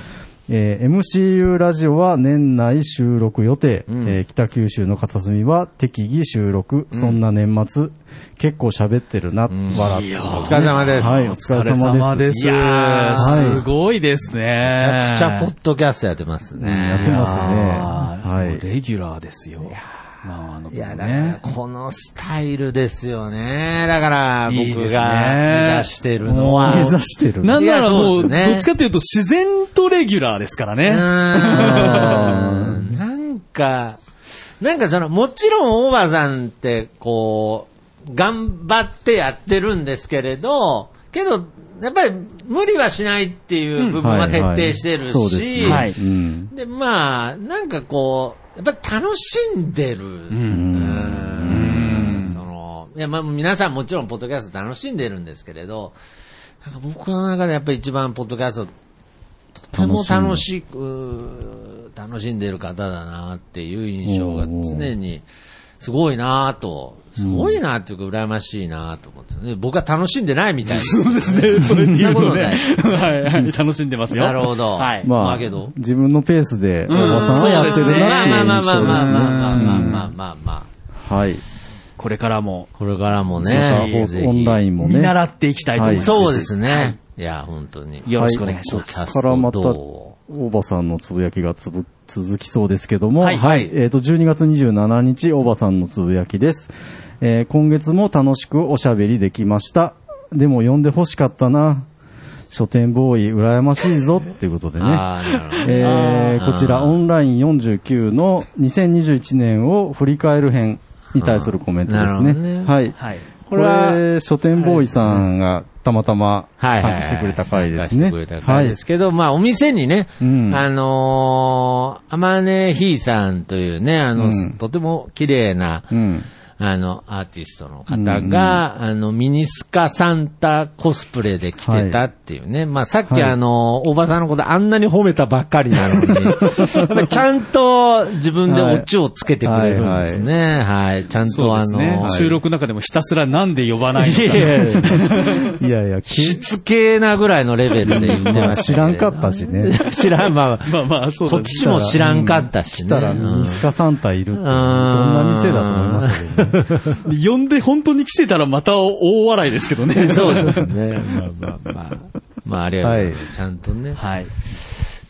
えー MCU ラジオは年内収録予定、うんえー北九州の片隅は適宜収録、そんな年末、結構喋ってるな、笑ってお疲れ様です。はい、おめち疲れ様です。す。いやーすごいですね。めゃくちゃポッドキャストやってますやっね。てますね。はい。レギュラーですよ。まあ、あの、いや、だからね。このスタイルですよね。だからいいで僕すねが目指してるのは。目指してる。なんならもいやそうでう、すねどっちかっていうと自然とレギュラーですからうね。ーんなんか、なんかその、もちろん大場さんってこう、頑張ってやってるんですけれど、けど、やっぱり無理はしないっていう部分は徹底してはいはいるし、そうですねはいうんで、まあ、なんかこう、やっぱ楽しんでる。んうーんその、いや、まあ皆さんもちろんポッドキャスト楽しんでるんですけれど、なんか僕の中でやっぱり一番ポッドキャスト、とても楽しく、楽しんでる方だなっていう印象が常に、すごいなと、すごいなっていうか羨ましいなと思ってね、僕は楽しんでないみたいな。そうですね。それっていうそとんね。なはいはい。楽しんでますよ。なるほどはい。まあまあけど、自分のペースで、おばさんはやってるそうですねなっていうまあ印まあ象まあでまあまあまあまあまあまあ。す。はい。これからも、これからもまね、たオンラインも見ね。習っていきたいと思います。そうですね。いや、本当に。よろしくお願いしまはす。いここからまた、キャストど大場さんのつぶやきがつぶ続きそうですけども、はいえっ、と、12月27日、大場さんのつぶやきです。えー今月も楽しくおしゃべりできました。でも呼んで欲しかったな。書店ボーイ、羨ましいぞっていうことでうね。あーなるほどねえーこちら、あーオンライン49の2021年を振り返る編に対するコメントですなね。るほどねはい。はい。これは、書店ボーイさんがたまたまはいはい参はい。加してくれた回です参加しね。てくれた回ですけど、まあ、お店にね、うんあのー、あまねひーさんというね、あの、うんとても綺麗な、うん。あの、アーティストの方が、あの、ミニスカサンタコスプレで着てたっていうね。まあ、さっはいきあの、おばさんのことあんなに褒めたばっかりなのに、やっぱりちゃんと自分でオチをつけてくれるんですね。はい。ちゃんとそうであすねの、。収録の中でもひたすらなんで呼ばないのか。いやいやいやいやいや、しつけなぐらいのレベルで言ってまあました知けれどらんかったしね。知らん、まあ、 まあまあ、そうこだっね。ちも知らんかったし、来ね。たらミニスカサンタいるって、どんな店だと思いましたけどね。呼んで本当に来てたらまた大笑いですけど ね。そうですね。まあまあまあ。まあ、ありがとうございます。ちゃんとね。はい。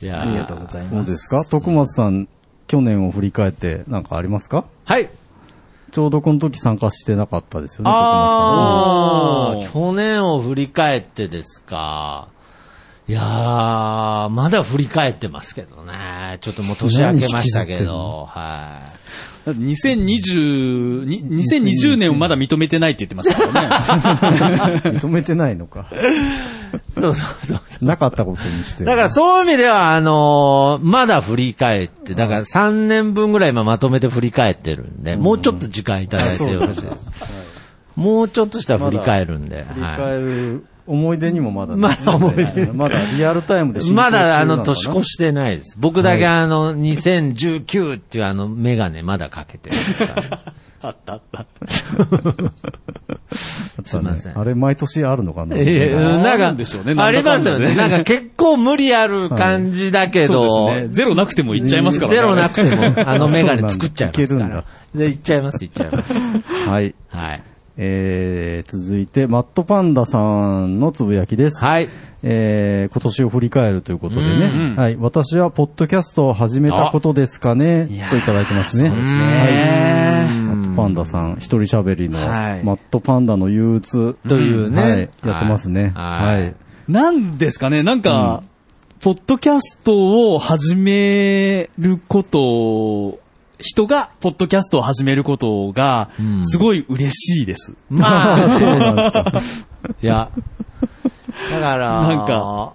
いやありがとうございどまうす。ですか徳松さん、去年を振り返ってなんかありますかはい。ちょうどこの時参加してなかったですよね、ああ、徳松さん去年を振り返ってですか。いやー、まだ振り返ってますけどね。ちょっともう年明けましたけど、はい。だって2020、に2020年をまだ認めてないって言ってましたからね。徳松さん。認めてないのか。そうそうそう。なかったことにして。だからそういう意味では、あのーまだ振り返って、だから3年分ぐらい今まとめて振り返ってるんで、もうちょっと時間いただいてよろしいですかもうちょっとしたら振り返るんで。振りはい返る思い出にもまだ、まだ思い出まだリアルタイムで進行ま中なのかだなあの年越してないです。僕だけあの2019っていうあのメガネまだかけてるから。あったあった。すいませ んあれ毎年あるのかなええなんなか、んでしょうねありますよね。ななんだんかんだねか結構無理ある感じだけど、そうですね。ゼロなくてもいっちゃいますからね。ゼロなくても、あのメガネ作っちゃいますそうかなんだいら。で、いっちゃいます、いっちゃいます。はい。はい。えー、続いて、マットパンダさんのつぶやきです。はい。えー、今年を振り返るということでね。うんはい。私は、ポッドキャストを始めたことですかねいやーといただいてますね。そうですねはい。うんマットパンダさん、一人喋りの、はいマットパンダの憂鬱というねはいやってますね。はいはいなんですかね、なんか、ポッドキャストを始めることを、人が、ポッドキャストを始めることがうん、すごい嬉しいです。まあ、そうなんですか。いや、だから、なんか、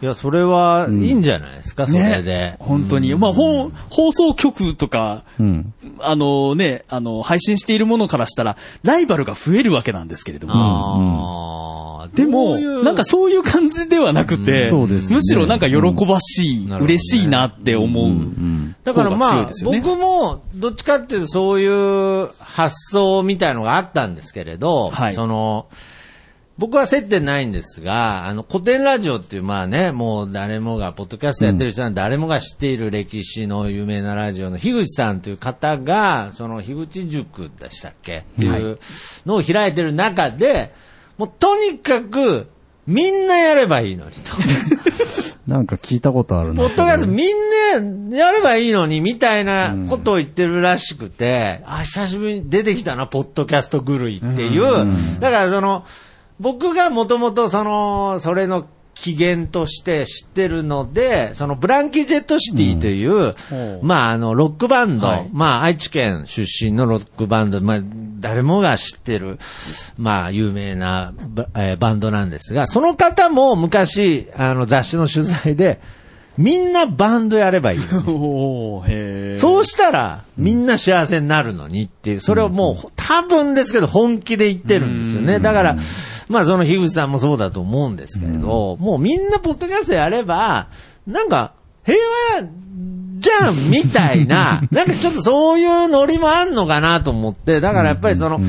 いや、それはいいんじゃないですか、それで。本当に。まあ、ほん放送局とか、うん。あのね、あの、配信しているものからしたら、ライバルが増えるわけなんですけれども。あーでどもういう、なんかそういう感じではなくて、うんそうですねむしろなんか喜ばしい、んなるほどね嬉しいなって思う。うん。だから方が強いまあで、すよね僕も、どっちかっていうとそういう発想みたいのがあったんですけれど、はいその、僕は接点ないんですが、あの、古典ラジオっていう、まあね、もう誰もが、ポッドキャストやってる人なんで、誰もが知っている歴史の有名なラジオの樋口さんという方が、その樋口塾でしたっけっていうのを開いてる中で、もうとにかく、みんなやればいいのにと。なんか聞いたことあるな。ポッドキャストみんなやればいいのにみたいなことを言ってるらしくて、あ、久しぶりに出てきたな、ポッドキャスト狂いっていう。だからその、僕がもともとその、それの起源として知ってるので、そのブランキー・ジェット・シティという、ほうまああの、ロックバンド、はいまあ愛知県出身のロックバンド、まあ誰もが知ってる、まあ有名なバ,、えーバンドなんですが、その方も昔、あの雑誌の取材で、みんなバンドやればいいの に。おーへーそうしたら、みんな幸せになるのにっていう、それをもう、多分ですけど、本気で言ってるんですよね。だから、まあ、その樋口さんもそうだと思うんですけれど、もうみんなポッドキャストやれば、なんか、平和じゃんみたい な、なんかちょっとそういうノリもあんのかなと思って、だからやっぱりその、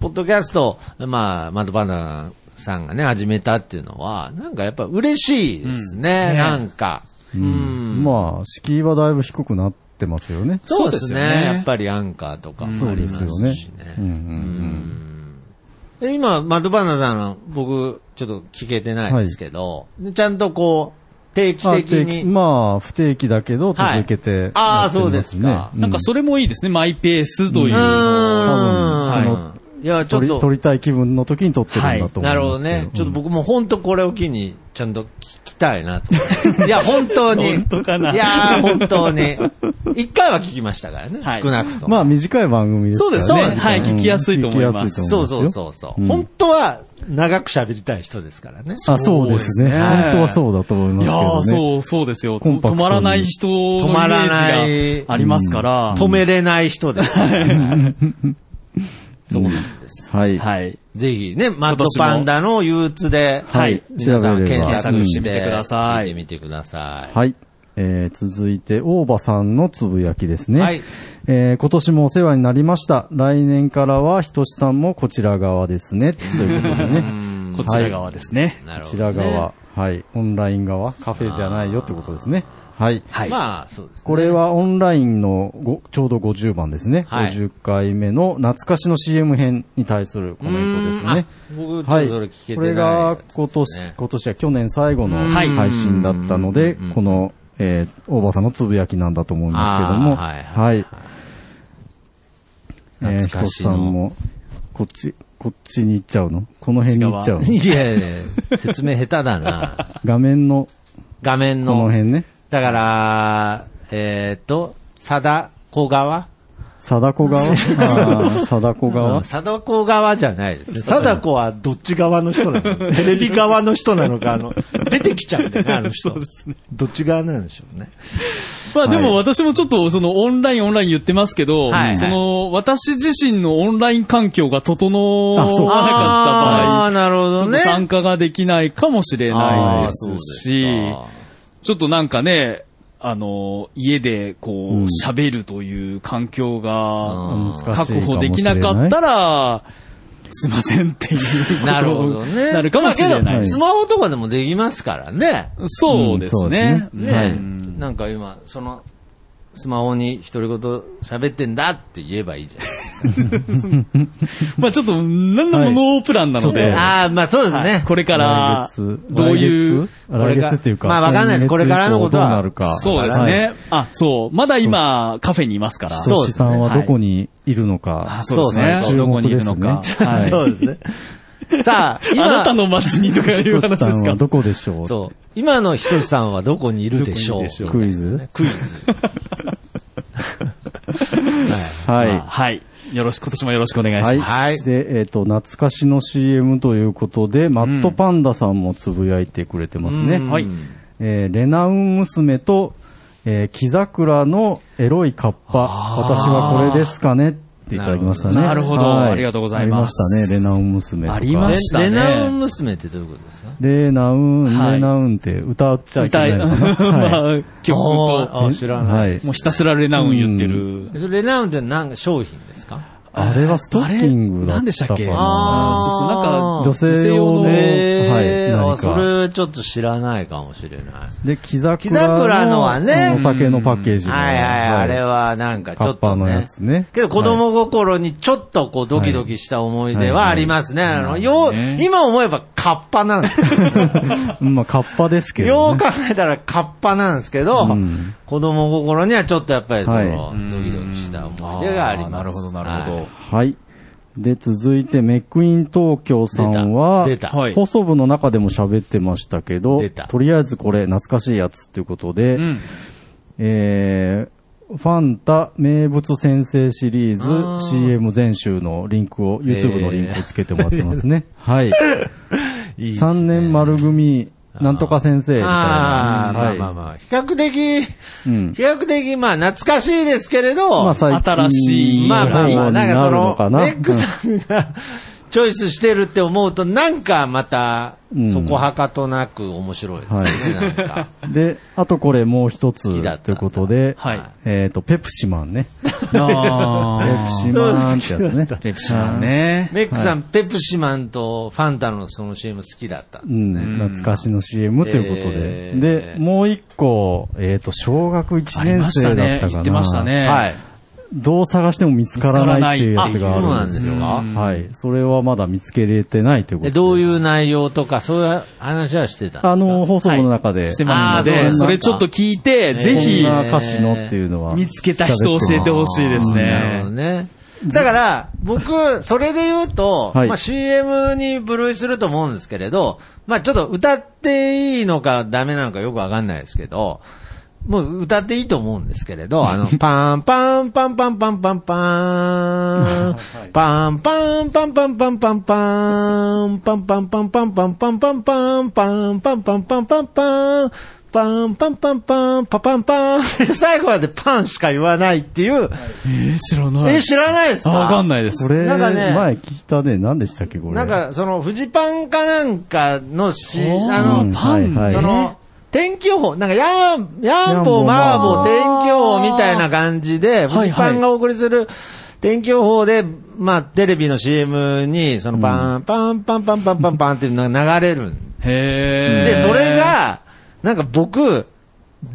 ポッドキャスト、まあ、マッドパンダさんがね、始めたっていうのは、なんかやっぱ嬉しいですね、うんねなんか。うんまあ、敷居はだいぶ低くなってますよね。そうですね。そうですよねやっぱりアンカーとかもありますそうでしすねよね。うんうんうんで今、マドバナさんの僕、ちょっと聞けてないですけど、でちゃんとこう、定期あ的定期に。まあ、不定期だけど続けて、はいあーそうですかなんかそれもいいですね、マイペースといううーん。のを。多分い、や、ち撮ょっり撮と、りたい気分の時に撮ってるんだと思うんですけど、なるほどね。ちょっと僕も本当これを機に、ちゃんと聞きた いなと思って。いや、本当に。本当かないやー、本当に。一回は聞きましたからね、はい少なくとも。まあ、短い番組ですからね。そうですねはい聞きやすいと思います聞きやすいとそ思ういますそようそうそう、うん本当は長く喋りたい人ですからね。あ、そうですね。そうですね本当はそうだと思いますいけやど、ね。ー、そう、そうですよ。とコンパクト止にまらない人のイメ止まらないージがありますから。 止めれない人です。そうなんです。はい。はい。ぜひね、マットパンダの憂鬱で、はい皆さん検索して調べれば検索してみてくださ聞いいてみてください。はい。えー続いて、大場さんのつぶやきですね。はいえー今年もお世話になりました。来年からは、ひとしさんもこちら側ですね。ということで ね。こちら側ですね。こなるほちどらね。側、はい。オンライン側、カフェじゃないよってことですね。はい。はい。まあ、そうですね。これはオンラインのごちょうど50番ですね、はい50回目の懐かしの CM 編に対するコメントですね。うーんあ僕ちょっとはい。それ聞けてないこれが今やつです年ね、今年は去年最後のはい配信だったので、この、えー、大場さんのつぶやきなんだと思いますけども、。あーはいえー、ひ懐とかししのさんも、こっち、こっちに行っちゃうのこの辺に行っちゃうのいやいやいや説明下手だ な。画面の、画面この。の辺ね、だから、えっ、と、貞子側貞子側あー貞子うん側貞子側じゃないですね。貞子はどっち側の 人なのテレビ側の人なのか、あの、出てきちゃうんだよね、あの人。どっち側なんでしょうね。まあでも私もちょっとそのオンラインオンライン言ってますけど、はいはいその私自身のオンライン環境が整わあなそうかあっあ、なるほた場合、ちょどっねと。参加ができないかもしれないですし、あーちょっとなんかね、あの、家でこうんう喋るという環境がうん確保できなかったら、すいませんっていうこ となるほどにね。なるかもしれまあないけどでスす。マホとかでもできますからね。そうですうんそね。うね、ですねはいなんか今、その、スマホに独り言喋ってんだって言えばいいじゃん。まあちょっと、なんのノープランなので、ああ、まあそうですね。はいこれから来月、どういう、これ来が月っていうか。まあわかんないで今す月これからのことはどうなるか。そうですはい。ね。あ、そう。まだ今、カフェにいますから。ひとしさんははいどこにいるのかあ。そうですね。そうですねどこにいるのか。注はい。そうですね。さあ、あ今、なたの街にとかいひうとし話さでんすかはどこでしょうそう。今のひとしさんはどこにいるでしょうクイズクイズ。 まあははい。よろしく、今年もよろしくお願い。いします。はい。で、えっと、懐かしの CM ということで、マットパンダさんもつぶやいてくれてますね。はい。えーレナウン娘と、えー、木桜のエロいカッパ、私はこれですかねっていただきましたね。なるほどはいありがとうございますありましたね、レナウン娘とか。ありましたねレナウン娘ってどういうことですかレナウン、はいレナウンって歌っちゃいけ歌、ない いのかな。はいまあ、曲と、あー、知らはない。いもうひたすらレナウン言ってる。それレナウンって何か商品ですかあれはストッキングだあれ何っでしたたっかけな。ああーそうそう、なんか、女性用の女性えはいー、何あかそれちょっと知らないかもしれない。で、木桜の。木桜のはねお酒のパッケージの。はいはい、あれはなんかちょっカッパとのやねつ。ねけど子供心にちょっとこうドキドキした思い出はありますね。あの、よう、今思えばカッパなん ですよ。うんまあ、カッパですけよどうね。考えたらカッパなんですけどうん、子供心にはちょっとやっぱりそのは、ドキドキした思い出があります。なるほど、なるほはどい。はい。で、続いて、メックイン東京さんは、出た。出たはい放送部の中でも喋ってましたけど出た、とりあえずこれ懐かしいやつということで、うん。えー、ファンタ名物先生シリーズ CM 全集のリンクを、YouTube のリンクをつけてもらってます ね。はい。いいですね3年丸組、なんとか先生みたいな。あーまあはいまあまあ、比較的、うん比較的、まあ懐かしいですけれど、まあ最近新しいまあまあまあ、の方なにんかそるの、かなレックさんがチョイスしてるって思うと、なんかまたう、んそこはかとなく面白いですね、なんか。うんで、あとこれもう一つ好きだったということで、はいえっと、ペプシマンね。ペあプシマンってやつね。ーペプシマンね。メックさん、ペプシマンとファンタのその CM 好きだったんうです。ん、懐かしの CM ということで。えーで、もう一個、えっ、と、小学1あり年まし生だったねた。かな。言ってましたね。はい。どう探しても見つからないっていうやつがあるんです見つよ。からはい。それはまだ見つけれてないということえで。どういう内容とか、そういう話はしてたんですかあの、放送部の中で、してますのあーそうなんで、だそれちょっと聞いて、こぜんひ、な歌詞のっていうのは。見つけた人教えてほしいですなるほどね。ね。だから、僕、それで言うと、はいまあ CM に部類すると思うんですけれど、まあちょっと歌っていいのかダメなのかよくわかんないですけど、もう歌っていいと思うんですけれど、あの、パンパンパンパンパンパンパン、パンパンパンパンパンパンパン、パンパンパンパンパンパンパンパンパンパンパンパンパンパンパン、パン、パンパンパン、パパンパン。最後までパンしか言わないっていう。えー、知らない。え、知らないですかあわかんないでこす。れ、なんかね前聞いたね、何でしたっけ、これ。なんか、その、フジパンかなんかのし、おーあうんの、パン、はいはいその、天気予報、なんか、やん、やんぽ、まーぼ、天気予報みたいな感じで、はいはいフジパンがお送りする天気予報で、まあ、テレビの CM に、その、パン、パン、パン、パン、パン、パン、パンっていうのが流れるんへーで、それ、が、なんか僕、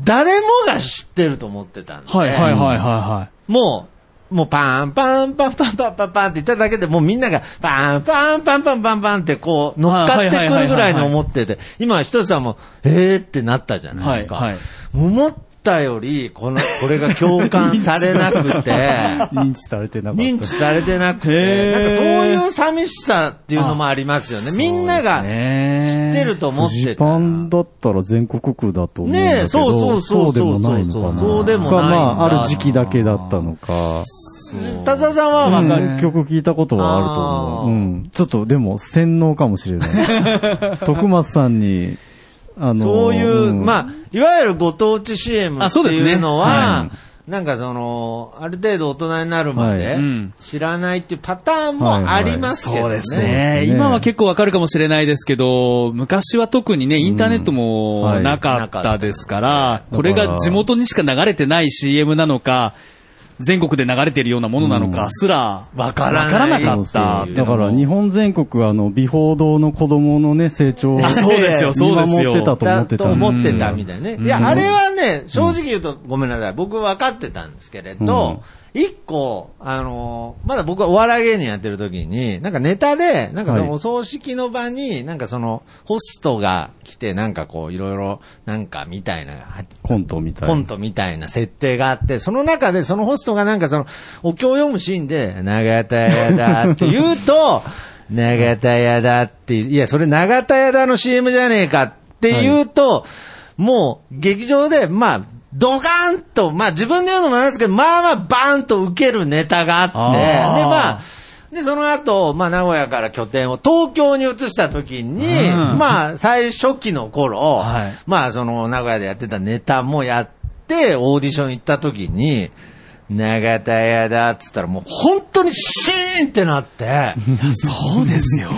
誰もが知ってると思ってたんで、はいはいはいはいはもう、もうパンパンパンパンパンパンパンって言っただけで、もうみんながパンパンパンパンパンパンってこう乗っかってくるぐらいに思ってて、今ひとつさんも、えーってなったじゃい。ないはでいすか。はい。思ったより、この、これが共感されなくて、 認知されてなかった。認知されてなくへて、ーなんかそういう寂しさっていうのもありますよね。みんなが知っ知てると思っフジてたら。パンだったら全国区だと思うんだけど。ねえそうそうそうでもないのかな。そうでもないんがまだあ、ある時期だけだったのか。田沢さんはわかる。うん曲聞いたことはあると思う。あーうん。ちょっと、でも、洗脳かもしれ ない。徳松さんに、あの、そういう、んまあ、いわゆるご当地 CM あってそうですねいうのはは、なんかその、ある程度大人になるまはいでうん知らないっていうパターンもありますけどね。ね今は結構わかるかもしれないですけど、昔は特にね、インターネットうんはもいなかったですから、たこれが地元にしか流れてない CM なのか、全国で流れてるようなものなのかすら、わからないなかったっていうのだもから、日本全国、あの、美報堂の子供のね、成長をあ、そうですよ、そうです見守よ。ってたと思だってとたん思っでてたみたいね。いや、あれはね、正直言うと、ごめんなさい。僕分かってたんですけれど、一個、あのーまだ僕はお笑い芸人やってる時に、なんかネタで、なんかそはいのお葬式の場に、なんかその、ホストが来て、なんかこう、いろいろ、なんかみたいな、はコントみたいな。コントみたいな設定があって、その中でそのホストがなんかその、お経を読むシーンで、長田屋だって言う と、長田屋だって、いや、それ長田屋だの CM じゃねえかって言うと、もう劇場で、まあ、ドカーンと、まあ自分で言うのもなんですけど、まあまあバーンと受けるネタがあって、あーで、まあ、で、その後、まあ、名古屋から拠点を東京に移した時に、うんまあ、最初期の頃、はいまあ、その、名古屋でやってたネタもやって、オーディション行った時に、長田屋だっつったら、もう本当にシーンってなって、そうですよね。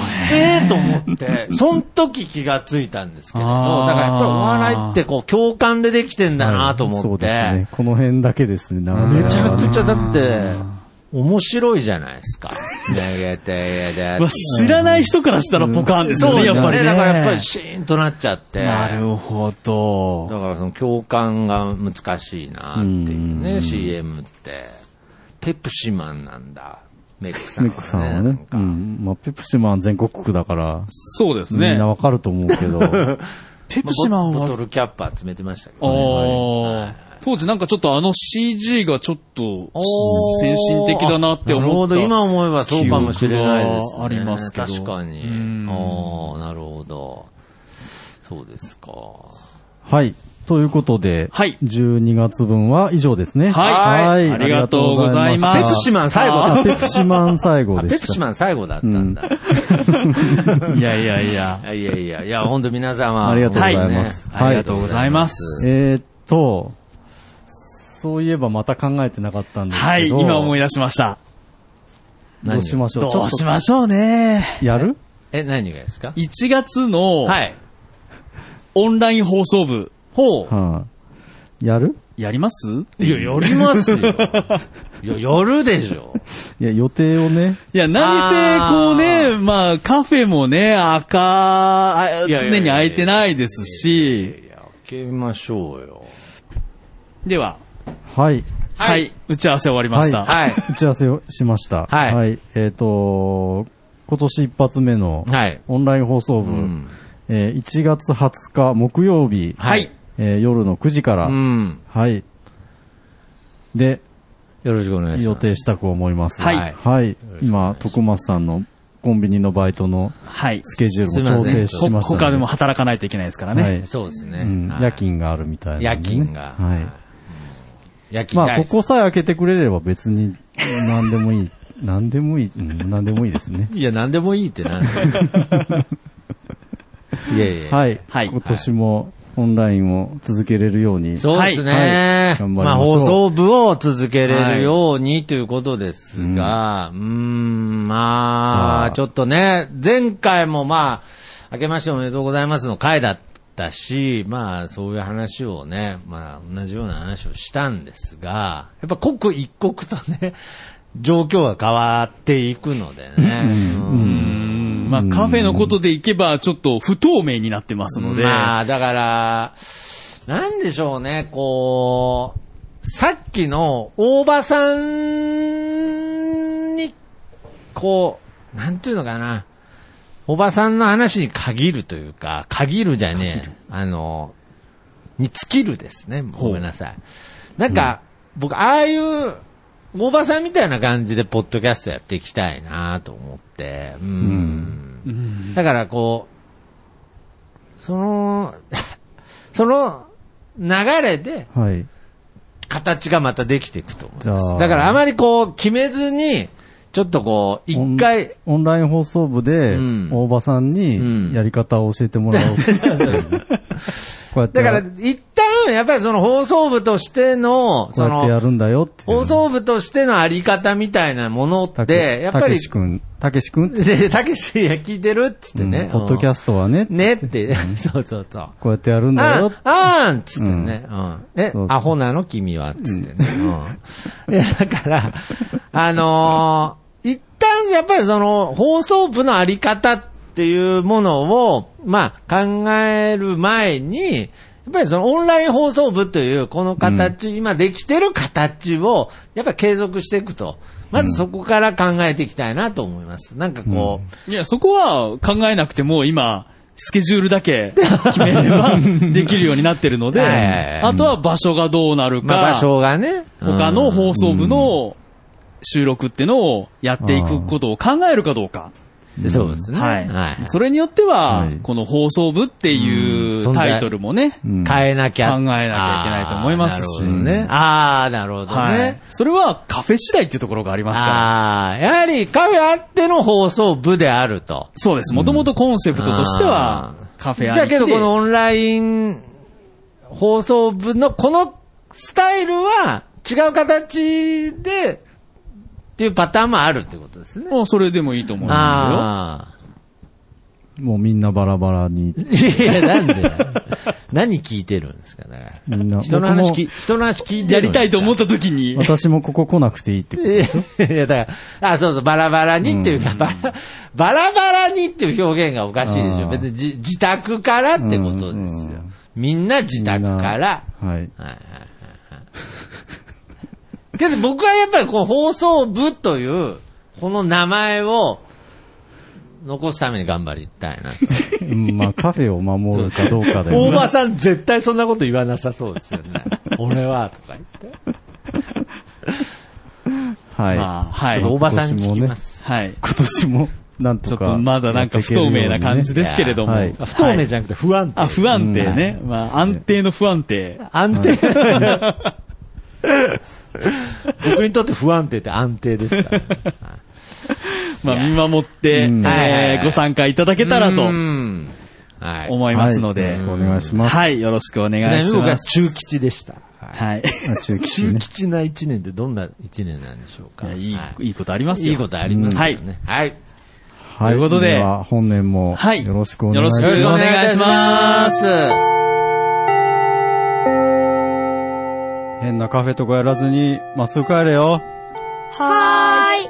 ええと思って、その時気がついたんですけれど、だあーからやっぱりお笑いってこう、共感でできてんだなと思って、そうですね。この辺だけですね、長田めちゃくちゃだって、面白いじゃないですか。 長田屋だっまあ知らない人からしたらポカーンですよね、そうやだっよぱね。りね。だからやっぱりシーンとなっちゃって。なるほど。だからその共感が難しいなっていうね、CM って。ペプシマンなんだ。メックさんメは、ックさんはね。うん。まあ、ペプシマン全国区だから、そうですみんねな。わかると思うけど。 ペまプシマあンボボはトルキャップ集めてましたけど、ああ。当時なんかちょっとあの CG がちょっと先進的だなって思っなるほど。た。今思えばそうかもしれないです、記ね。憶がありますけど確かに。うんああ、なるほど。そうですか。はい。ということで、はい12月分は以上ですね。はいありがとうございまペすプシマン最後だあペプシマン最後あでペした。プシマン最後だったんだ。いやいやいや。いやいやいや、本当皆様。ありがとうござい本当にまねす。ありがとうございます。えーっと、そういえばまた考えてなかったんですけど。はい、今思い出しました。どうしましょう。どうしまましょうね。やるえ、何がですか1月のはい。オンライン放送部、ほう。はい。やるやりますいや、やりますよ。いや、やるでしょ。いや、予定をね。いや、何せ、こうね、まあ、カフェもね、赤、あいやいやいや常に空いてないですし、いや、開けましょうよ。では、はい。ははいい、打ち合わせ終わりました。はい。打ち合わせをしました。はいえっ、と、今年一発目のはいオンライン放送部、んえー1月20日木曜日、はい。えー夜の9時から、うん。はい。で、よろしくお願いします。予定したく思います。はいはい。今、徳松さんのコンビニのバイトのはい。スケジュールも調整すしほましたの、他でも働かないといけないですかはらね。い。そうですね。うんはい夜。勤があるみたいな夜んでね、勤が。はいうん。夜勤まあ、こ大好きこさえ開けてくれれば別に何でもいい。何でもいい。うん何でもいいですね。いや、何 でもいいってなんだよいやいや。はい。はい今年もオンラインを続けれるように。そうですね。はい頑張りましょうまあ、放送部を続けれるようにということですが、うーん、まさああ、ちょっとね、前回もまあ、明けましておめでとうございますの回だったし、まあ、そういう話をね、まあ、同じような話をしたんですが、やっぱ刻一刻とね、状況が変わっていくのでね。うんうんまあ、カフェのことでいけば、ちょっと不透明になってますので。まあ、だから、なんでしょうね、こう、さっきの大場さんに、こう、なんていうのかな、おばさんの話に限るというか、限るじゃねえ、あの、に尽きるですね。ごめんなさい。なんか、僕、ああいう、おばさんみたいな感じで、ポッドキャストやっていきたいなと思って、うんうんだからこう、その、 その流れではい。形がまたできていくと思いまじゃす。あだからあまりこう決めずに、ちょっとこう、一回、オン。オンライン放送部でうん、大場さんうんにやり方を教えてもらお う。こうやってだや、から一旦やっぱりその放送部としての、こそうやってやの、るんだよっていう。放送部としてのあり方みたいなものたっけて、やっぱたけり、 しくん、たけしくんってでたけし、いや聞いてるっつってね。うんポッドキャストはねうんねって、 そうそうそう。こうやってやるんだよあ。あーんっつってね。うん。えそう、そうアホなの君はっつってね。うん。 いや、だから、あのー一旦やっぱりその放送部のあり方っていうものを、まあ考える前に、やっぱりそのオンライン放送部というこの形、今できてる形を、やっぱり継続していくと。まずそこから考えていきたいなと思います。なんかこう、いや、そこは考えなくても、今、スケジュールだけ決めればできるようになってるので、はいはいはいあとは場所がどうなるまあ場か、所がね。うん他の放送部の収録ってのをやっていくことを考えるかどうか。そうですね。はい。はい。それによっては、はいこの放送部っていうんうタイトルもね、うん変えなきゃ。考えなきゃいけないと思いますしあーなるほどね。ああ、なるほどね。はい。それはカフェ次第っていうところがありますから。ああ、やはりカフェあっての放送部であると。そうです。もともとコンセプトとしてあ、はカフじェゃあありきけどでこのオンライン放送部のこのスタイルは違う形でっていうパターンもあるってことですね。もうそれでもいいと思いまああ。もうみんなバラバラに。いや、なんでなんで何聞いてるんですかだかみんなら。 人の話聞、人の話聞いすよ。てやるりたいと思っった時に、私もここ来なくていいってこと。 いや、だから、あ、そうそう、バラバラにっていうか、バラバラバラにっていう表現がおかしいでしあょ。ー別にじ自宅からってことですようんうん。みんな自宅はから。い。はいはいはいはい。けど僕はやっぱりこう放送部という、この名前を残すために頑張りたいなと。うんまあ、カフェを守るかどうかだよ ね。大場さん絶対そんなこと言わなさそうですよね。俺は、とか言って。はい。まあ、はちょいっ。と大場さんに聞きます。はい。今年も、なんちょとっか。とまだなんか不透明な感じで。ですけれども。やっていけるようにねあ不透明じゃなくて不安定。あ、不安定ね。まあ、安定の不安定。安定。僕にとって不安定って安定ですから、ね。まあ、見守って、うんえーご参加いただけたらとうんはい。思いますのはいでよ。ろしくお願いします。はい。よろしくお願いちなみにし僕まはす。中吉でした。はい。あ中吉中ね。吉な一年ってどんな一年なんでしょういか。やいいは、いいことありますよ。いいことありますよね。はい。はということでは本年も、はいよろしくお願いしまよすろし。くお願いします変なカフェとかやらずに、まっすぐ帰れよ。はーい。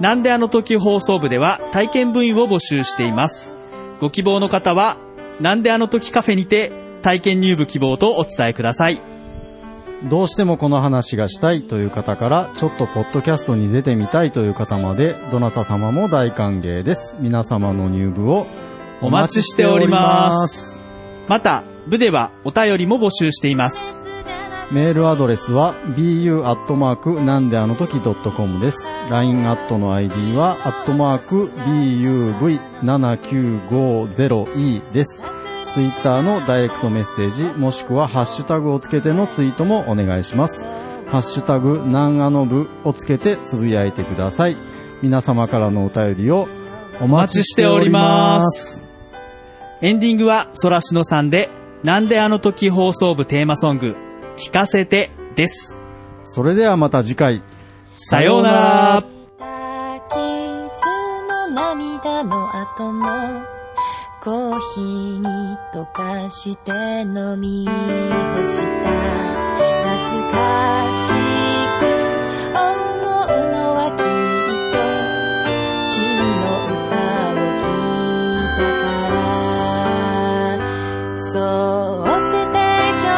なんであの時放送部では体験部員を募集しています。ご希望の方は、なんであの時カフェにて体験入部希望とお伝えください。どうしてもこの話がしたいという方から、ちょっとポッドキャストに出てみたいという方まで、どなた様も大歓迎です。皆様の入部をお待ちしております。また、部ではお便りも募集しています。メールアドレスは bu アットマークなんであの時 .com です。LINE アットの ID はアットマーク buv7950e です。ツイッターのダイレクトメッセージ、もしくはハッシュタグをつけてのツイートもお願いします。ハッシュタグ、なんあの部をつけてつぶやいてください。皆様からのお便りをおお待待ちちししてておおりりま。ますす。エンディングは、そらしのさんで、なんであの時放送部テーマソング、聞かせてです。それではまた次回。さようなら。た傷も涙の後もコーヒーに溶かして飲み干した懐かしく思うのはきっと君の歌を聴いたからそうして今日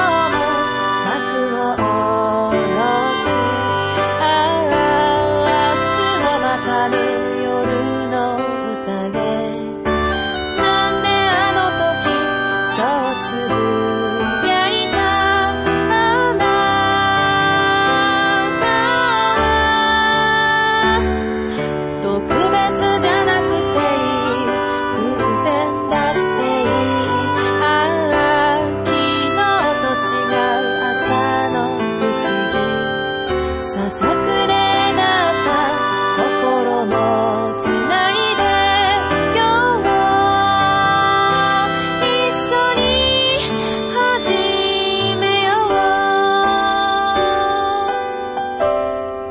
も幕を下ろすああ、明日はまたね、夜の宴。なんであの時、そうつぶやいた、あなたは、特別じゃなくていい、偶然だっていい。ああ、昨日と違う朝の不思議。ささくれだった心もつないで今日も一緒に始めよう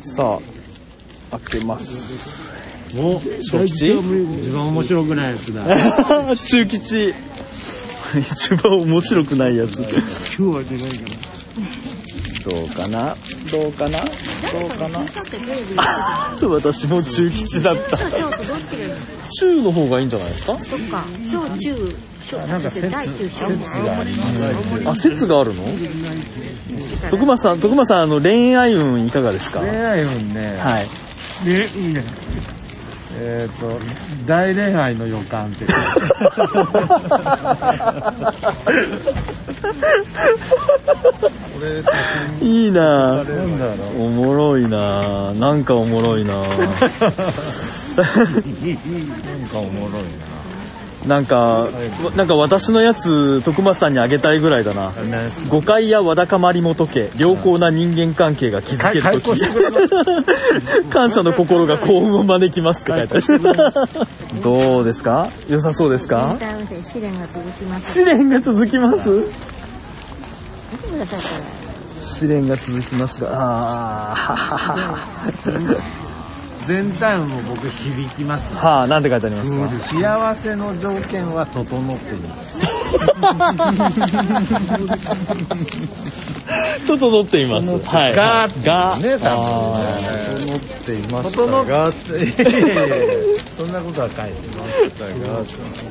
さあ、開けます。お、小吉一番面白くないやつだ。中吉。一番面白くないやつ。今日はでかいかどうかなどうかなどうかな私も中吉だった。中の方がいいんじゃないですかあ、説があるの徳間さん、徳間さん、あの、恋愛運いかがですか恋は愛運ね、い。ね、いいね。えっ、と、大恋愛の予感って。 いいなあおもろいなあなんかおもろいなあなんかおもろいななんか、なんか私のやつ、徳松さんにあげたいぐらいだな。誤解やわだかまりも解け、良好な人間関係が築けるとき、感謝の心が幸運を招きますって書いてある。 どうですか良さそうですか試練が続きます試練が続きますが、あー全体も僕響きます。はあ、なんて書いてありますか幸せの条件は整っています。ちょっと乗っています。はい。がが、ね、多分ね。整っていましたが、いやいやいやそんなことは書いて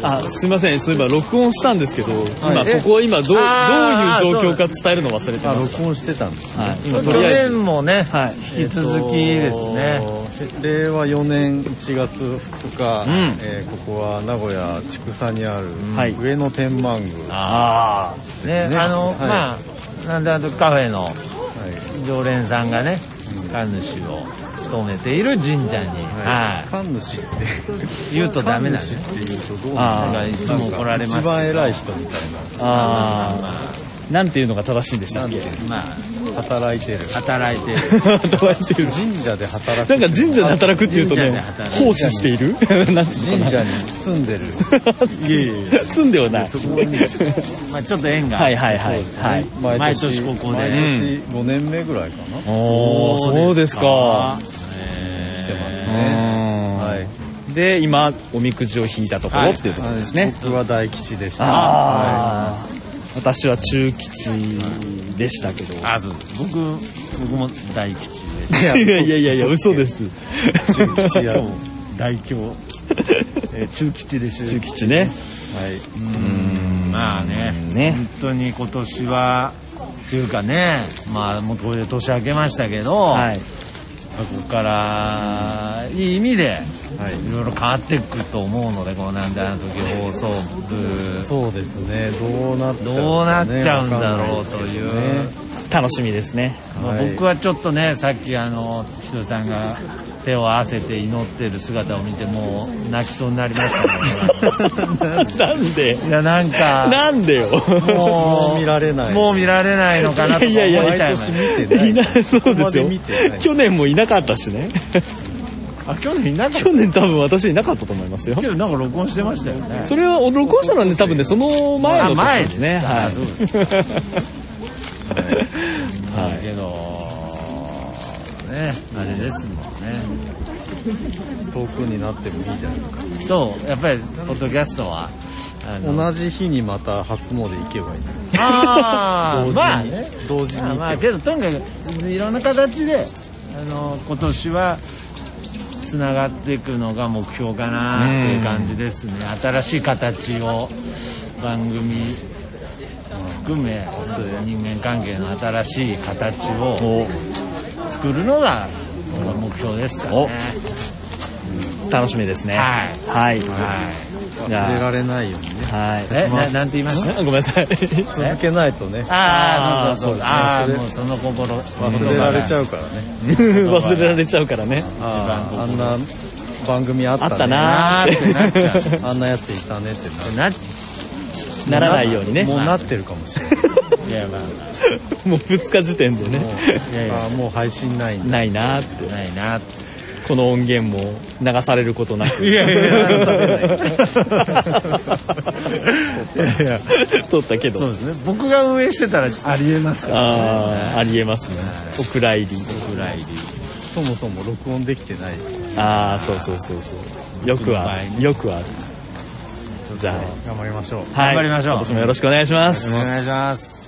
あ、すいません。そういえば録音したんですけど、今はいここは今どうどうあーいう状況か伝えるの忘れてまあ、す。録音してたんです。はい。今と去りあえず。年もね、はい。引き続きですね。令和4年1月2日、んえーここは名古屋千草にある、はい上野天満宮あね、あの、はいまあ、なんだとカフェの常連さんがね、神主を務めている神社に、はい、神主って言うとダメなんで、ね、っていうとどうあなんかいつも怒られますけ一ど番偉い人みたいーあー。なんていうのが正しいんでしたっけまあ、な働いてる働いてる。働いてる神社で働くなんか神社で働くっていうと神社でね働、奉仕しているなんていう神のか社に住んで るな住んではない。まあ、ちょっと縁が。はいはいはい。はい。 毎年ここで毎年5年目ぐらいかな、おー、そうですか。うんはいで今おみくじを引いたところっていうところですね、僕は大吉でしたああ、私は中吉でし たけどあ、そうです僕、僕も大吉でしいやいやいやいや嘘です中吉や大凶、え中吉でした中吉ねた。まあね、ね本当に今年は、っていうかね、まあ、もうこれで年明けましたけど、はいここから、いい意味で、い、ろいろ変わっていくと思うので、こうなんであの時放送部、そうですね。どうなっちゃう、どうなっちゃうんだろうという。楽しみですね。まあはい僕はちょっとね、さっきあの、ひとさんが手を合わせて祈ってる姿を見て、もう泣きそうになりましたね。 なんでいや、なんか、なんでよ。ももう見られない。もう見られないのかなとか思っいちやゃいいやいまやした。いなそうですよここまで見てない去年もいなかったしねあ、去年いなかった去。年多分私いなかったと思いますよけどなんか録音してましたよね。それは録音したのはね多分ねその前のあ年前でですすねねはあいそうではいけど、ね、あれですもんね。遠くになってもいいじゃないですか。そう、やっぱり、ポッドキャストは、あの同じ日にまた初詣行けばいい。ああ、まあね。同時にまあ行まあ、けど、とにかく、いろんな形で、あの、今年は、つながっていくのが目標かなっていう感じですね。新しい形を、番組含め、人間関係の新しい形を作るのが、僕は目標ですからね。楽しみですねはいはいはい。じけば。出ゃられないようにね。あはいえ、ななんて言い ましたごめんなさい続けないとね。ああ、そうそうそう。あああ、ーそうもうその心、忘れられちゃう。うからね。忘れられちゃうからねああ、あんな番組あったね。あったなあーってなっちゃう。 あんなやついたねってなる。なならないようにねももう なってるかもしれない。いやまあう2日時点でねいやいやあーもう配信ないんだ。 ないなってないなこの音源も流されることなくいやいや 撮ったけどそうですね僕が運営してたらありえますからああありえますねお蔵入りぐらいでそもそも録音できてない。ああそうそうそうそうよくあるよくあるじゃあ頑張りましょう。はい頑張りましょう今年もよろしくお願いしますお願いします